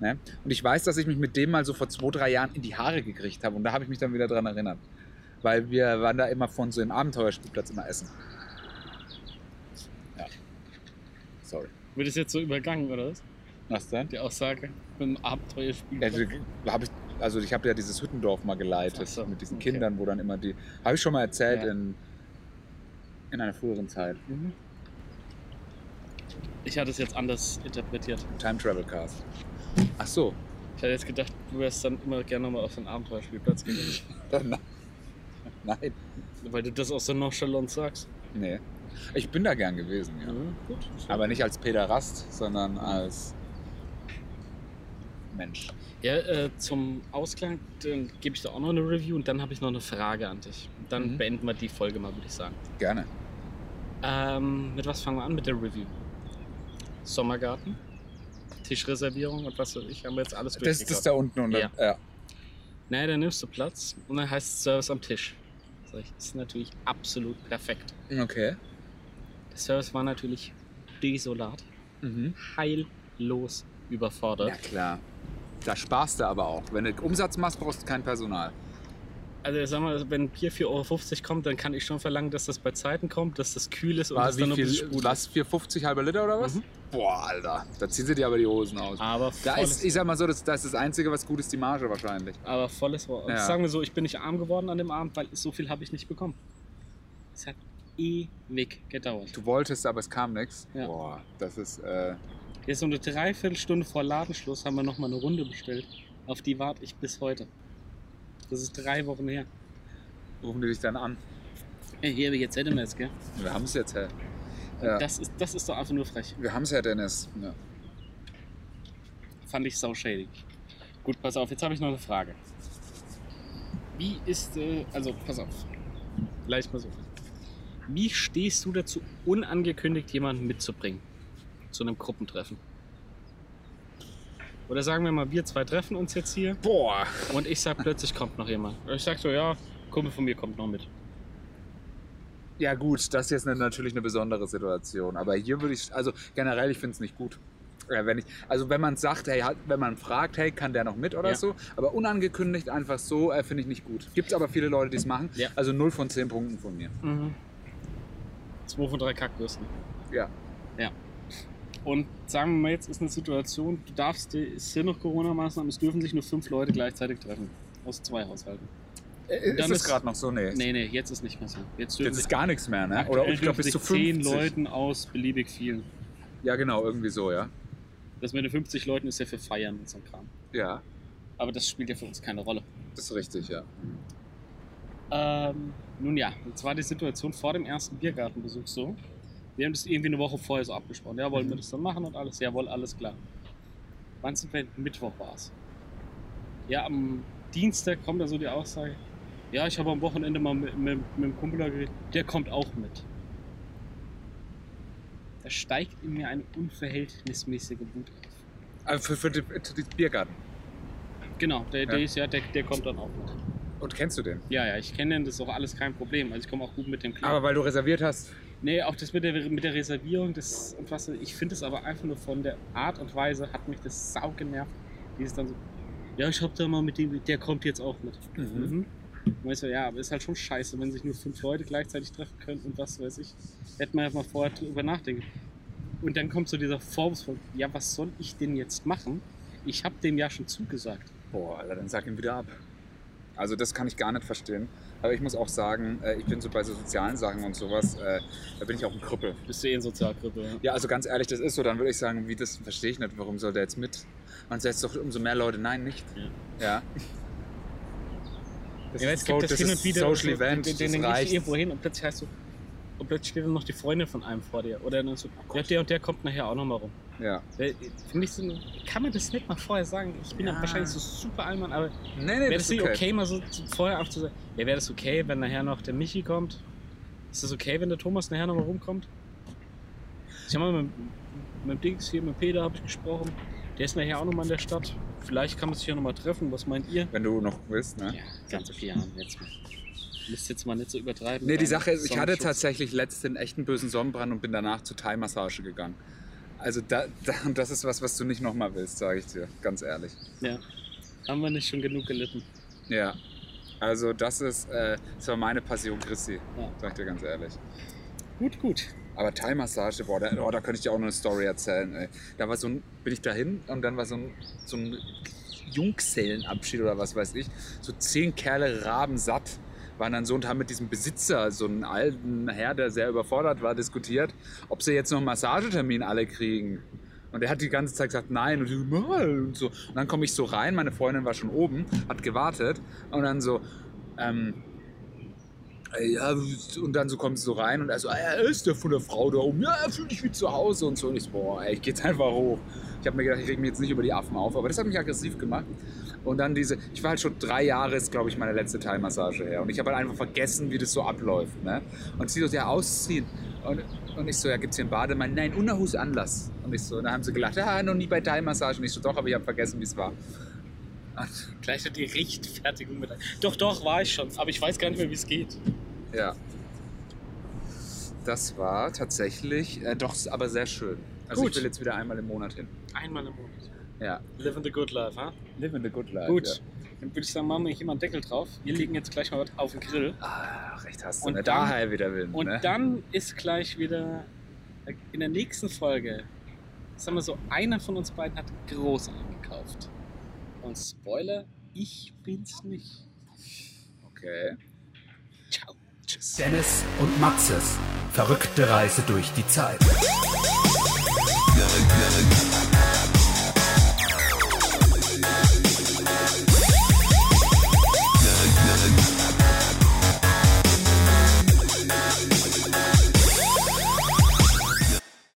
Ne? Und ich weiß, dass ich mich mit dem mal so vor zwei, drei Jahren in die Haare gekriegt habe und da habe ich mich dann wieder dran erinnert. Weil wir waren da immer von so einem Abenteuerspielplatz immer essen. Ja. Sorry.
Wird es jetzt so übergangen, oder was?
Was denn?
Die Aussage mit dem Abenteuerspiel.
Also, hab ich, also ich habe ja dieses Hüttendorf mal
Ach
geleitet
so,
mit diesen
okay.
Kindern, wo dann immer die. Habe ich schon mal erzählt
Ja.
in, in einer früheren Zeit.
Mhm. Ich hatte es jetzt anders interpretiert.
Time Travel Cast. Ach so.
Ich hatte jetzt gedacht, du wärst dann immer gerne nochmal auf den Abenteuerspielplatz gegangen.
Dann- Nein.
weil du das auch so nonchalant sagst.
Nee. Ich bin da gern gewesen, ja.
Mhm, gut.
Aber nicht als Pederast, sondern als Mensch.
Ja, äh, zum Ausklang dann gebe ich da auch noch eine Review und dann habe ich noch eine Frage an dich. Und Dann
Mhm.
beenden wir die Folge mal, würde ich sagen.
Gerne.
Ähm, mit was fangen wir an? Mit der Review. Sommergarten, Tischreservierung und was weiß ich, haben wir jetzt alles
Das ist das
durchgegangen.
da unten und dann, ja.
Naja, dann nimmst du Platz und dann heißt es Service am Tisch. Sag ich, ist natürlich absolut perfekt.
Okay.
Der Service war natürlich desolat,
Mhm.
heillos überfordert.
Ja klar. Da sparst du aber auch. Wenn du Umsatz machst, brauchst du kein Personal.
Also ich sag mal, wenn ein Bier 4,50 Euro kommt, dann kann ich schon verlangen, dass das bei Zeiten kommt, dass das kühl ist und
War
es dann
wie
noch ein
viel,
bisschen sprudelt.
was, 450 halber Liter oder was?
Mhm. Ah,
Boah, Alter, da ziehen sie dir aber die Hosen aus.
Aber
Da
volles-
ist, ich sag mal so, das, das ist das Einzige, was gut ist, die Marge wahrscheinlich.
Aber volles Rohr. Und
Ja.
sagen wir so, ich bin nicht arm geworden an dem Abend, weil so viel habe ich nicht bekommen. Es hat ewig gedauert.
Du wolltest, aber es kam nichts.
Ja.
Boah, das ist, äh,
Jetzt so eine Dreiviertelstunde vor Ladenschluss haben wir nochmal eine Runde bestellt. Auf die warte ich bis heute. Das ist drei Wochen her.
rufen die dich dann an.
Ey, hier, jetzt hätte man es, gell?
Wir haben es jetzt, hä? Ja.
Das, ist, das ist doch einfach nur frech.
Wir haben es ja, Dennis. Ja.
Fand ich sauschädig. Gut, pass auf, jetzt habe ich noch eine Frage. Wie ist, äh, also pass auf, gleich mal so. Wie stehst du dazu, unangekündigt jemanden mitzubringen? Zu einem Gruppentreffen? Oder sagen wir mal, wir zwei treffen uns jetzt hier
Boah,
und ich sag plötzlich kommt noch jemand. Und ich sag so, ja, Kumpel von mir kommt noch mit.
ja gut, das ist jetzt eine, natürlich eine besondere Situation. Aber hier würde ich, also generell, ich finde es nicht gut. Ja, wenn ich, also wenn man sagt, hey, hat- wenn man fragt, hey, kann der noch mit oder
Ja.
so, aber unangekündigt einfach so, äh, finde ich nicht gut. Gibt es aber viele Leute, die es machen.
Ja.
Also 0 von 10 Punkten von mir.
Mhm. Zwei von drei Kackwürsten.
Ja.
Ja. Und sagen wir mal, jetzt ist eine Situation, du darfst, es sind noch Corona-Maßnahmen, es dürfen sich nur fünf Leute gleichzeitig treffen. Aus zwei Haushalten.
Äh, Ist
Dann
es
ist-
gerade noch so? Nee.
Nee, nee, jetzt ist nicht mehr so. Jetzt dürfen
Jetzt ist
sich,
gar nichts mehr, ne?
aktuell
Oder ich glaube bis
dürfen sich
zu
zehn
50.
Leuten aus beliebig vielen.
Ja, genau, irgendwie so, ja.
Das mit den 50 Leuten ist ja für Feiern und so ein Kram.
Ja,
Aber das spielt ja für uns keine Rolle.
das ist richtig, ja.
Ähm, nun ja, jetzt war die Situation vor dem ersten Biergartenbesuch so. Wir haben das irgendwie eine Woche vorher so abgesprochen. Ja, wollen
Mhm.
wir das dann machen und alles? Jawohl, alles klar. Wann sind wir? Mittwoch war es. Ja, am Dienstag kommt da so die Aussage. Ja, ich habe am Wochenende mal mit, mit, mit dem Kumpel da geredet. Der kommt auch mit. Da steigt in mir eine unverhältnismäßige Wut auf.
Also für, für, die, für den Biergarten.
Genau, der, der
Ja.
ist ja, der, der kommt dann auch mit.
Und kennst du den?
Ja, ja, ich kenne den, das ist auch alles kein Problem. Also ich komme auch gut mit dem klar.
Aber weil du reserviert hast.
Nee, auch das mit der, mit der Reservierung, das und was, ich finde es aber einfach nur von der Art und Weise hat mich das sau genervt. Dieses dann so, ja, ich hab da mal mit dem, der kommt jetzt auch mit.
Mhm.
Und ich so, ja, aber ist halt schon scheiße, wenn sich nur fünf Leute gleichzeitig treffen können und was weiß ich. Hätte man ja mal vorher drüber nachdenken. Und dann kommt so dieser Vorwurf von, ja, was soll ich denn jetzt machen? Ich habe dem ja schon zugesagt.
Boah, Alter, dann sag ihm wieder ab. Also das kann ich gar nicht verstehen. Aber ich muss auch sagen, äh, ich bin so bei so sozialen Sachen und sowas, äh, da bin ich auch ein Krüppel.
Bist du eh in Sozialgruppe, ja.
Ja, also ganz ehrlich, das ist so. Dann würde ich sagen, wie das verstehe ich nicht. Warum soll der jetzt mit? Man setzt doch umso mehr Leute, nein, nicht. Ja. Das
ja,
ist
es gibt
so-
das, hin
ist
und wieder. also,
Social
so,
Event,
den, den,
das
den gehst du
reicht.
irgendwo hin und plötzlich heißt du, und plötzlich steht dann noch die Freundin von einem vor dir. Oder dann
Oh
so, ja, der und der kommt nachher auch nochmal rum.
Ja.
Äh, Finde ich so, eine- kann man das nicht mal vorher sagen? Ich bin ja.
Ja.
wahrscheinlich so super Allmann, aber
Nee, nee,
wäre
das
das
ist
nicht
okay.
okay, mal so zu- vorher aufzusagen? Ja, wäre das okay, wenn nachher noch der Michi kommt? Ist das okay, wenn der Thomas nachher nochmal rumkommt? Ich habe mal mit, mit dem Dings hier, mit Peter habe ich gesprochen. Der ist nachher auch nochmal in der Stadt. Vielleicht kann man sich ja nochmal treffen. Was meint ihr?
Wenn du noch willst, ne?
Ja, ganz vier Jahren jetzt mal. Müsst jetzt mal nicht so übertreiben.
Nee, die
Dein
Sache ist, ich hatte
Sonnenschutz.
tatsächlich letztens einen echten bösen Sonnenbrand und bin danach zur Thai-Massage gegangen. Also da, da, das ist was, was du nicht nochmal willst, sage ich dir, ganz ehrlich.
Ja. Haben wir nicht schon genug gelitten?
Ja. Also das ist, äh, das war meine Passion Christi,
Ja.
sag ich dir ganz ehrlich.
Gut, gut.
Aber Thai-Massage, boah, da, oh, da könnte ich dir auch noch eine Story erzählen. Ey. Da war so ein, bin ich dahin und dann war so ein, so ein Jungsellenabschied oder was weiß ich. So zehn Kerle rabensatt waren dann so und haben mit diesem Besitzer, so einem alten Herr, der sehr überfordert war, diskutiert, ob sie jetzt noch einen Massagetermin alle kriegen. Und er hat die ganze Zeit gesagt, nein, und, die so, "Mal", und so. Und dann komme ich so rein, meine Freundin war schon oben, hat gewartet und dann so, ähm, äh, ja, und dann so kommst du so rein und er so, ah, ja, ist der von der Frau da oben, ja, fühl dich wie zu Hause und so. Und ich so, boah, ey, ich geh jetzt einfach hoch. Ich habe mir gedacht, ich reg mich jetzt nicht über die Affen auf, aber das hat mich aggressiv gemacht. Und dann diese, ich war halt schon drei Jahre, ist glaube ich meine letzte Teilmassage her. Und ich habe halt einfach vergessen, wie das so abläuft. Ne? Und sie so, ja, ausziehen. Und, und ich so, ja, gibt's hier einen Bademann? Nein, Unterhose Anlass. Und ich so, und dann haben sie gelacht, ah, noch nie bei Teilmassage. Und ich so, doch, aber ich habe vergessen, wie es war.
Gleich hat die Rechtfertigung mit. ein- Doch, doch, war ich schon. Aber ich weiß gar nicht mehr, wie es geht.
Ja. Das war tatsächlich äh, doch aber sehr schön. Also
Gut.
ich will jetzt wieder einmal im Monat hin.
Einmal im Monat.
Ja.
Living the good life, ha?
Living the good life.
Gut.
Ja.
Dann würde ich sagen, machen wir hier mal einen Deckel drauf. Wir legen jetzt gleich mal was auf den Grill.
Ach, recht hast du.
Und
ne?
dann-
daher wieder will.
Und
ne?
dann ist gleich wieder in der nächsten Folge, sagen wir so, einer von uns beiden hat groß eingekauft. Und Spoiler, ich bin's nicht.
okay.
Ciao. Tschüss.
Dennis und Maxes verrückte Reise durch die Zeit.